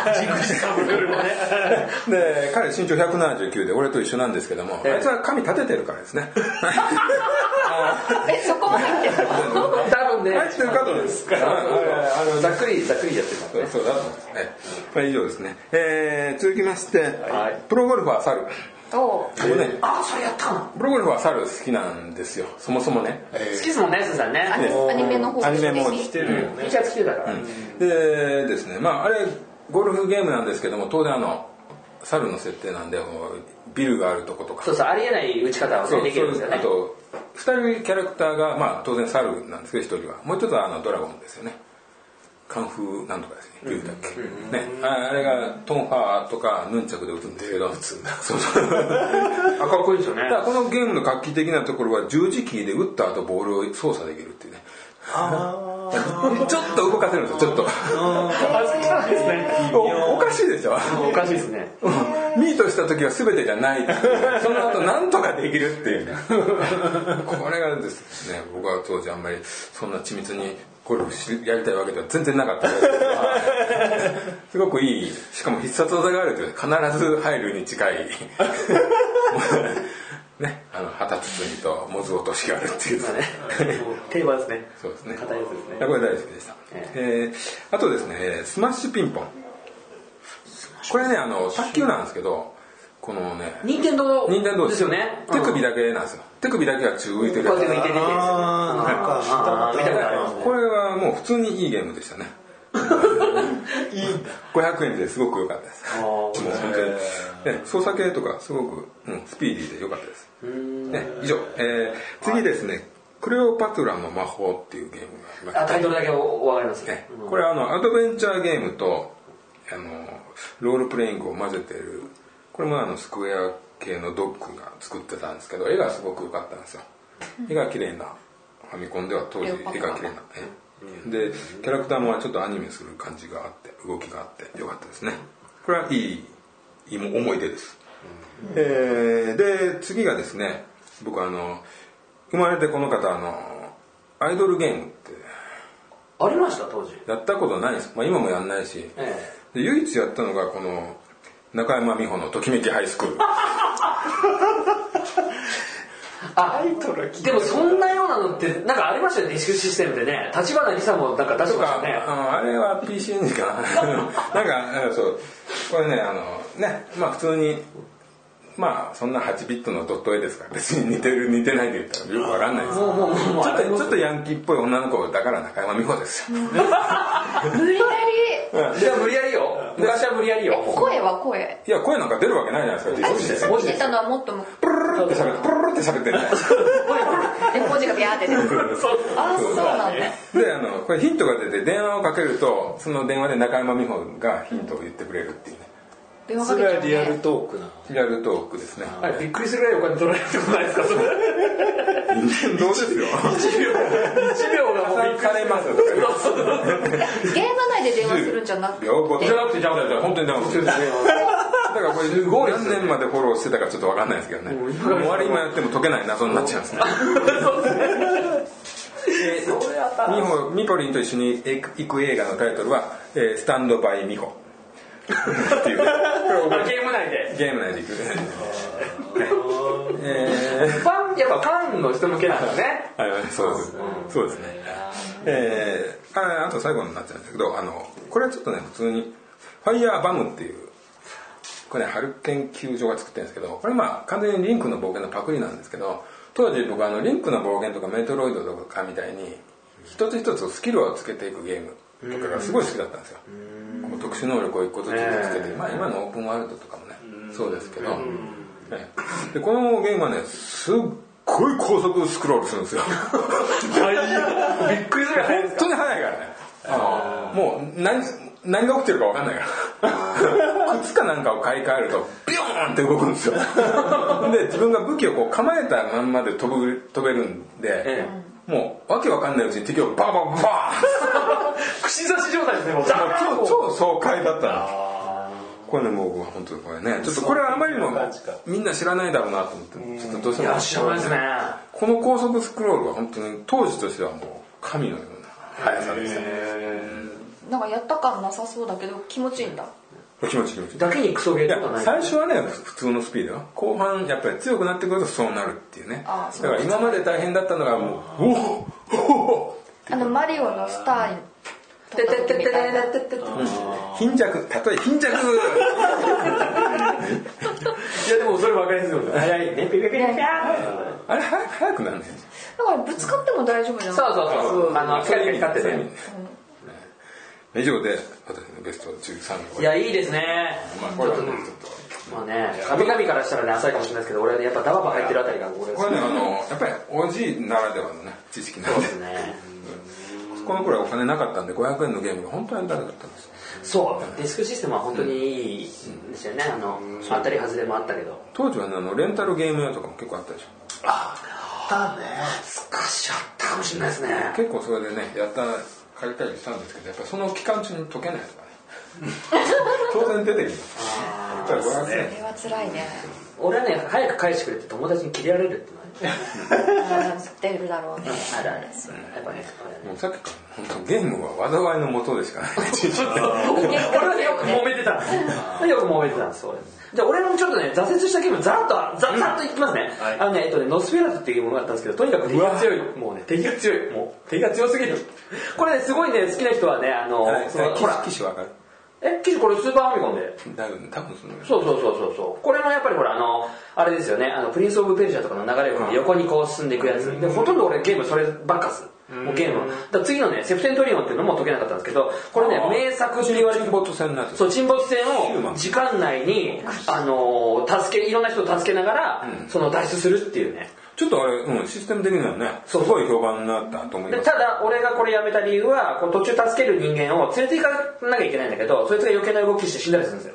S1: で彼身長179で俺と一緒なんですけども、
S2: ええ
S1: あいつは髪立ててるからですね
S3: えそこまで言ってる
S2: 多分ね
S1: 入ってるかとですから
S2: あのざっくりざっくりやってますね
S1: そうだと思います、ええまあ、以上ですね、えー続きまして、
S2: はい
S1: プロゴルファー猿
S3: お
S1: これね
S2: あそれやったの好
S1: プロゴルファー猿好きなんですよそもそもね、
S2: きですもんねすずさんね
S3: アニアニメの方
S1: アニメも来
S4: 来てるよね
S2: T シャツ着てたから
S1: でですねまああれゴルフゲームなんですけども当然あの猿の設定なんでこうビルがあるとことか
S2: そうそうありえない打ち方を
S1: そ
S2: ね
S1: う
S2: できるんですよ
S1: そうあ
S2: ね
S1: と2人キャラクターが、まあ、当然猿なんですけど1人はもう一つはあのドラゴンですよねカンフーなんとかですね言うたっけ、ねああれがトンファーとかヌンチャクで打つんですけど打つん だそうそう
S2: あかっこいいですよね
S1: だからこのゲームの画期的なところは十字キーで打った後ボールを操作できるっていうね
S4: あ
S1: ちょっと動かせるんですよちょっと
S2: あそうなんですね
S1: おおかしいでしょ
S2: おかしいですね
S1: うんミートした時は全てじゃないっていうその後なんとかできるっていうねこれがですね僕は当時あんまりそんな緻密にゴルフしやりたいわけでは全然なかったんですけどすごくいいしかも必殺技があるという必ず入るに近い ねあの旗包みとモズ落としがあるっていうね
S2: 定番ですね
S1: そうですね
S2: 硬いやつですね
S1: いやこれ大好きでした、
S2: え
S1: えーあとですねえースマッシュピンポンこれねあの卓球なんですけどこのね
S2: 任天堂
S1: 任天堂
S2: ですよね
S1: 手首
S2: だ
S1: だけなんですよ手首だけが宙浮いてる
S2: こうや
S1: や
S2: っ
S1: つ
S2: て浮いて出てるやつ
S4: あーなんか
S2: あー見たことありますね
S1: これはもう普通にいいゲームで したね500円ですごく良かったです
S2: あー
S1: もう本当に、ね、操作系とかすごく、うん、スピーディーで良かったです、ね、以上、えー次ですね、クレオパトラの魔法」っていうゲームがあります
S2: あタイトルだけおわかります
S1: ね、これあのアドベンチャーゲームとあのロールプレイングを混ぜてるこれもあのスクエア系のドッグが作ってたんですけど絵がすごく良かったんですよ絵が綺麗なファミコンでは当時絵が綺麗な絵でキャラクターもちょっとアニメする感じがあって動きがあって良かったですねこれはいいいい思い出です、えーで次がですね僕あの生まれてこの方あのアイドルゲームって
S2: ありました当時
S1: やったことないです、まあ、今もやんないし、
S2: え
S1: で唯一やったのがこの中山美穂の「ときめきハイスクール」
S2: あ
S4: タイトルは聞い
S2: でもそんなようなのってなんかありましたよねディスクシステムでね立花梨沙もなんか出し
S1: と
S2: てまし
S1: か、
S2: たね
S1: ああれは PC エンジンか ななんかうんそうこれねあのねまあ普通にまあそんな8ビットのドット絵ですから別に似てる似てないで言ったらよくわかんないですけど
S2: もうもうもうもう
S1: ちょっとちょっとヤンキーっぽい女の子だから中山美穂ですよ
S3: 無理やり
S2: いや無理やりよ昔は無理やりよ
S3: 声は声
S1: いや声なんか出るわけないじゃないですか
S3: あ
S1: 実際
S2: 文
S3: 生き
S2: 字で
S3: て
S2: す
S3: たのはもっとも
S1: プルルルって喋ってプルルルって喋ってんじゃない
S3: で文字がビャーって出てくるああそうなんだ
S1: であのこれヒントが出て電話をかけるとその電話で中山美穂がヒントを言ってくれるっていうね
S3: 電話か
S4: そ
S3: け
S4: れ
S3: ちゃ
S4: は
S3: う
S4: リアル
S3: ね
S4: トークなの
S1: リアルトークですね
S2: あれびっくりするぐらいお金取られるってことないですかそれ
S1: どうです よ
S2: 1秒1秒がもうびっく
S1: されますよとか言っ
S3: ゲーム内で電話するんじゃなく
S1: て
S3: て
S1: よ僕
S2: り
S1: じ
S2: じ
S1: ゃ
S2: ゃなくてじゃあ
S1: あ本当に電話するだからこれ
S2: すごいです
S1: 何
S2: ね
S1: 年までフォローしてたかちょっとわかんないですけどね終わり今やっても解けない謎になっちゃうんですね
S2: えそれは
S1: 美穂ミポリンと一緒に行く映画のタイトルは「えースタンドバイ美 穂」っていうね
S2: ゲーム内で
S1: ゲーム内で行くねえー
S2: ファンやっぱファンの人向けなんだね
S1: はいはい、そうです。そうですね。えー、ああと最後になっちゃうんですけど、あの、これはちょっとね、普通に、ファイヤーバムっていう、これね、ハル研究所が作ってるんですけど、これまあ完全にリンクの冒険のパクリなんですけど、当時僕あの、リンクの冒険とかメトロイドとかみたいに、一つ一つスキルをつけていくゲームとかがすごい好きだったんですよ。こう特殊能力を一個ずつつけて、まあ今のオープンワールドとかもね、そうですけど、ねでこのゲームはね、すっごい高速スクロールするんですよ。
S2: びっくりするぐらい
S1: 本当に早いからねあのもう何何が起きてるか分かんないから靴かなんかを買い替えるとビヨーンって動くんですよで自分が武器をこう構えたまんまで飛ぶ飛べるんで、
S2: え
S1: もうわけわかんないうちに敵をバカバカバ
S2: 串刺し状態ですねもうザー
S1: ーン
S2: ッ
S1: もう
S2: と
S1: 超超爽快だったのこれねもう本当にこれねちょっとこれはあまりにも
S4: そういう感じか
S1: みんな知らないだろうなと思ってちょっとどうして
S2: い
S1: も
S2: や知らないですね
S1: この高速スクロールは本当に当時としてはもう神のような速さでしたね
S3: なんかやった感なさそうだけど気持ちいいんだ
S1: 気持ちいい気持ちいい
S2: だけにクソゲー
S1: いや
S2: とかない
S1: 最初はねふ普通のスピードよ後半やっぱり強くなってくるとそうなるっていうね
S3: ああ
S1: だから今まで大変だったのがもうおおおお
S3: あのマリオのスターに
S2: てててててて
S3: みたいな
S2: ててて
S1: 貧弱たとえ貧弱
S2: いやでもそれ分かりやすいもんね早いねピピピピピ
S1: あれ早く早くなんね
S3: だからぶつかっても大丈夫じゃない
S2: そうそうそうあのカリカリ光ってね
S1: 以上で私のベスト13
S2: い
S1: 位
S2: やいいですね
S1: まあこれはねちょっと
S2: まあね、神々からしたらね、浅いかもしれないですけど、俺はね、やっぱダババ入ってるあたりがここです
S1: これねあのやっぱりおじいならではのね知識なん
S2: そう
S1: で
S2: ですね。
S1: この頃はお金なかったんで500円のゲームが本当にダメだったんですよ
S2: そう、ディスクシステムは本当にいいんですよね。あの、当たり外れもあったけど。
S1: 当時はねあのレンタルゲーム屋とかも結構あったでしょ
S4: だね
S2: 昔あったかもしれないですね。
S1: 結構それでねやった借りたりしたんですけどやっぱりその期間中に解けないとかね当然出てきますやっぱり500円
S3: それは辛 いね
S2: 俺はね、早く返してくれって友達に切れられるってのはね
S3: あー出るだろうね
S2: あるある。やっぱね、あれね
S1: もうさっきから本当ゲームは災いのもとでしかない
S2: 俺はよく揉めてたんですよ。よく揉めてたんです、俺。じゃあ俺のちょっとね、挫折したゲーム、ざらっと、ざざっといきますね。あのね、えっとね、ノスフェラトっていうゲームがあったんですけど、とにかく敵が強い。もうね、敵が強い。もう、敵が強すぎる。これね、すごいね、好きな人はね、あの、そのほら
S1: 機、種わかる
S2: え、記事これスーパーファミコンで。
S1: だいぶ多分その
S2: そうそうそうそうそう。これもやっぱりほら、あの、あれですよね、あの、プリンスオブペルシャとかの流れを組んで横にこう進んでいくやつ。で、ほとんど俺ゲームそればっかっす。もうゲームは。だから次のね、セプセントリオンっていうのも解けなかったんですけど、これね、名作って言われて
S1: ボット戦のやつ
S2: そう沈没船を時間内に、あのー助けいろんな人を助けながら、その脱出するっていうね
S1: ちょっとあれ、うん、システム的にはねすごい評判になったと思い
S2: で
S1: ます
S2: ただ俺がこれやめた理由はこう途中助ける人間を連れて行かなきゃいけないんだけどそいつが余計な動きして死んだりするんですよ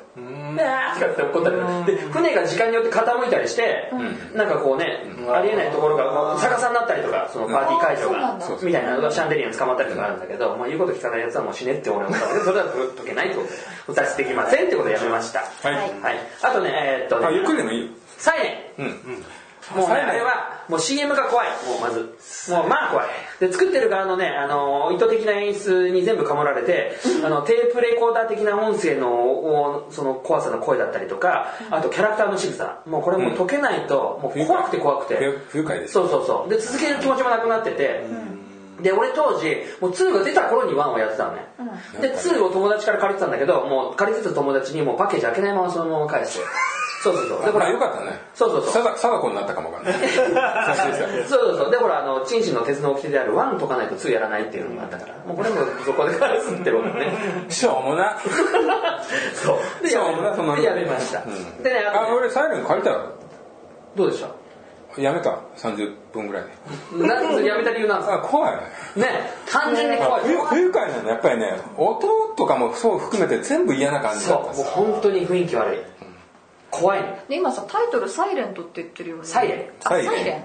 S2: であーとかって怒ったりで船が時間によって傾いたりして、なんかこうね、ありえないところが逆さになったりとかそのパーティー会場
S3: あー
S2: が
S3: そうなん
S1: だ
S2: みたいなのがシャンデリアに捕まったりとかあるんだけど、まあ、言うこと聞かないやつはもう死ねって俺は思ったんだけどそれは解けない ってことで脱出できませんってことでやめました
S1: はい、
S3: はい
S2: はい、あとね、えーっとね、
S1: あゆっくりでもいいよ
S2: サイレ
S1: うん、
S2: ン。もうね、
S1: サイレン
S2: あれは、もう CM が怖い。もうまず。もうまあ怖い。で、作ってる側のね、あのー意図的な演出に全部かもられて、あの、テープレコーダー的な音声の、おその怖さの声だったりとか、あとキャラクターの仕草。もうこれもう解けないと、もう怖くて怖くて。
S1: 不不愉快です
S2: そうそうそうで続ける気持ちもなくなってて、で俺当時もう2が出た頃に1をやってたのね、で2を友達から借りてたんだけどもう借りてた友達にもうパッケージ開けないままそのまま返 してそうそうそうで
S1: だか
S2: ほ
S1: ららよかったね
S2: そうそうそう
S1: さだ貞子になったかもわかんない差し出し
S2: そうそうそうでほらあのチンシンの鉄の掟である1解かないと2やらないっていうのがあったからもうこれもそこで返すってことね
S1: たしょうもな
S2: そうでや
S1: そうだその
S2: めでやめました、
S1: うん
S2: でねあ
S1: あ
S2: とね
S1: 俺サイレン借りたよ
S2: どうでした
S1: やめた30分ぐらいで
S2: なんでやめた理由なんです
S1: あ怖い
S2: かね単純に怖い
S1: 不愉不愉快なのやっぱりね音とかもそう含めて全部嫌な感じだ
S2: そ
S1: ったん
S2: う
S1: で
S2: もう
S1: すよ
S2: 本当に雰囲気悪い、怖いね
S3: で今さタイトル「サイレントって言ってるよね
S2: サイレン
S3: あサイレン
S1: サイレン
S3: あ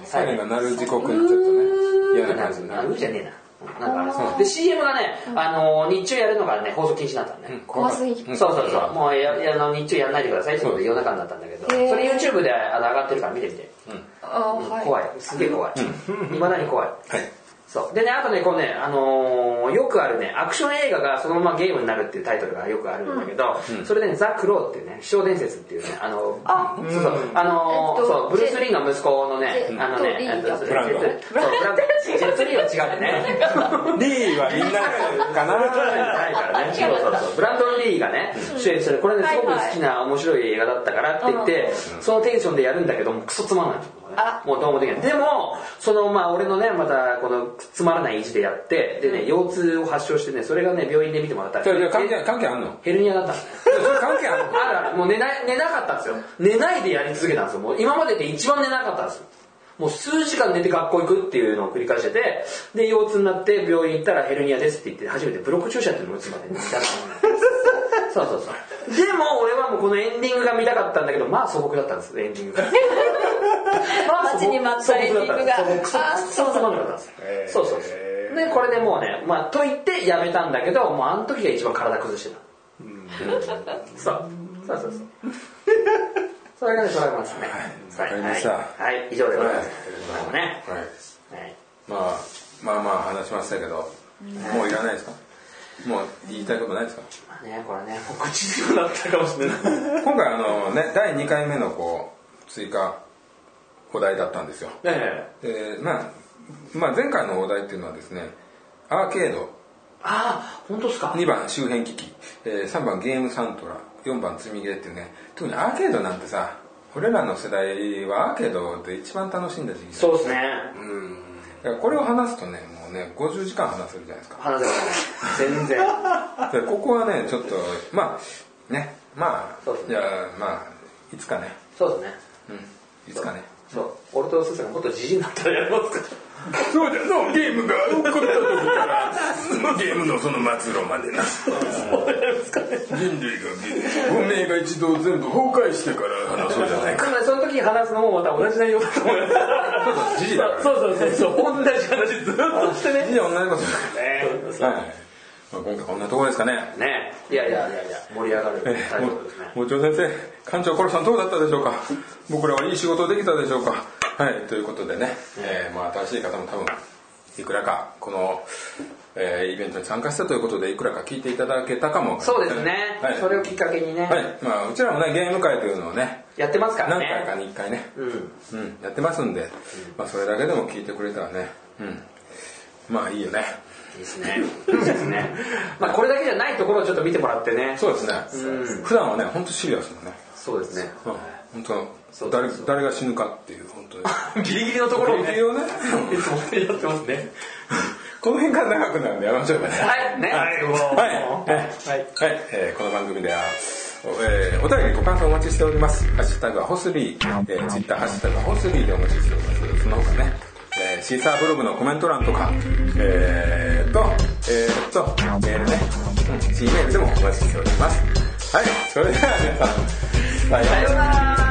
S3: ー
S1: サイレンが鳴る時刻にちょっとね嫌な感じにな
S2: な
S1: る
S2: るじゃねえな。なんかあれそうで CM がね、あの日中やるのがね放送禁止になったのね、
S3: 怖すぎ
S2: そうそうそうもうややあの日中やんないでくださいってことで夜中になったんだけどそ
S3: へー
S2: れ YouTube であの上がってるから見てみて、
S3: あーはい
S2: 怖いすげえ怖いいまだに怖い
S1: はい
S2: そうでねあとねこうね、あのーよくあるねアクション映画がそのままゲームになるっていうタイトルがよくあるんだけど、それでね「ザ・クロー」っていうね「飛翔伝説」っていうねあの
S3: あ
S2: そうそうあのー
S3: えっと
S2: そうブルース・リーの息子のね
S3: ジェ
S2: あのね
S3: ジ
S2: えっ
S3: ェ
S2: と
S1: ブランド
S2: ジェットそうブランドジェットリーは違うね
S1: リーはみんなかな
S2: ないからねそうそうそうブランドン・リーがね主演するこれねすごく好きな面白い映画だったからって言ってそのテンションでやるんだけどもうクソつまんない
S3: あ
S2: もうどうもできないでもそのまあ俺のねまたこのつまらない意地でやってでね腰痛を発症してねそれがね病院で見てもらったら
S1: じゃあじゃあ関係関係あんの
S2: ヘルニアだったの
S1: それ関係あんの
S2: あるあるもう寝ない寝なかったんですよ寝ないでやり続けたんですよもう今までで一番寝なかったんですよもう数時間寝て学校行くっていうのを繰り返しててで腰痛になって病院行ったらヘルニアですって言って初めてブロック注射っていうのを打つまでに行ったのそうそうそうでも俺はもうこのエンディングが見たかったんだけどまあ素朴だったんですエンディング が
S3: 待ちに待ったエンディングが
S2: 素朴だったんです素朴
S3: あー
S2: そうつまんなかったんですよ、そうそうそうでこれでもうねまあと言ってやめたんだけどもうあの時が一番体崩してたそうそうそうそうそれがねそれますね
S1: わかりました
S2: はいはい以上でございますこれもね
S1: はい
S2: はい
S1: まあまあまあ話しましたけどもういらないですかもう言いたいことないですか
S2: まあねこれねもう愚痴にもなったかもし れない
S1: 今回あのね第2回目のこう追加お題だったんですよ
S2: ねえ
S1: で、まあ、まあ前回のお題っていうのはですねアーケード
S2: ああ本当ですか
S1: 2番周辺機器、えー3番ゲームサントラ4番積みゲーっていうね特にアーケードなんてさ俺らの世代はアーケードで一番楽しんだ時期
S2: そうですね
S1: うんだからこれを話すとねもうね50時間話せるじゃないですか
S2: 話せばね全然
S1: でここはねちょっとまあねまあ
S2: そうですね
S1: じゃあまあいつかね
S2: そうですね
S1: うんいつかね
S2: そう俺とスーさんがもっとじじいになったらやりますか
S1: そうじゃそうゲームが起こった時からゲームのその末路までな人類が文明が一度全部崩壊してから話そうじゃないか
S2: つまりその時に話すのもまた同じ内容だと思います
S1: そうじじいだから
S2: そうそうそうそう同じ話ずっとしてね
S1: じじいは同じことだからはいまあ今回こんなところですかね
S2: ねいやいやいやいや盛り上がる
S1: えー
S2: 大丈夫ですね
S1: もう長先生館長コロさんどうだったでしょうか僕らはいい仕事できたでしょうかはいということでね、えーまあ、新しい方も多分いくらかこの、えーイベントに参加したということでいくらか聞いていただけたかも
S2: そうですね
S1: はい、
S2: それをきっかけにね
S1: はいまあ、うちらもねゲーム会というのをね
S2: やってますか
S1: 何
S2: らね
S1: 回かに1回ね、
S2: うん
S1: うん、やってますんで、まあ、それだけでも聞いてくれたらね、うん、まあいいよね
S2: いいですねいいですねまあこれだけじゃないところをちょっと見てもらってね
S1: そうですね、普段はね本当シリアスだね
S2: そうですね
S1: うん本当
S2: そう
S1: 誰誰が死ぬかっていう本当に
S2: ギリギリのところを
S1: ギリギ
S2: ね
S1: リをね
S2: いつもやってますね
S1: この辺から長くなるんでやめましょうかね
S2: はいね
S4: はいもう
S1: はい、はい
S4: はい
S1: はい、えーこの番組では、えーお便りご感想お待ちしております。ハッシュタグはホスリー、えー、ツイッターハッシュタグはホスリーでお待ちしております。その他ね、えーシーサーブログのコメント欄とか、えー、と、えー、と、メールね、うん Gmail でもお待ちしております。はい、それでは皆さん、さようなら
S2: さようなら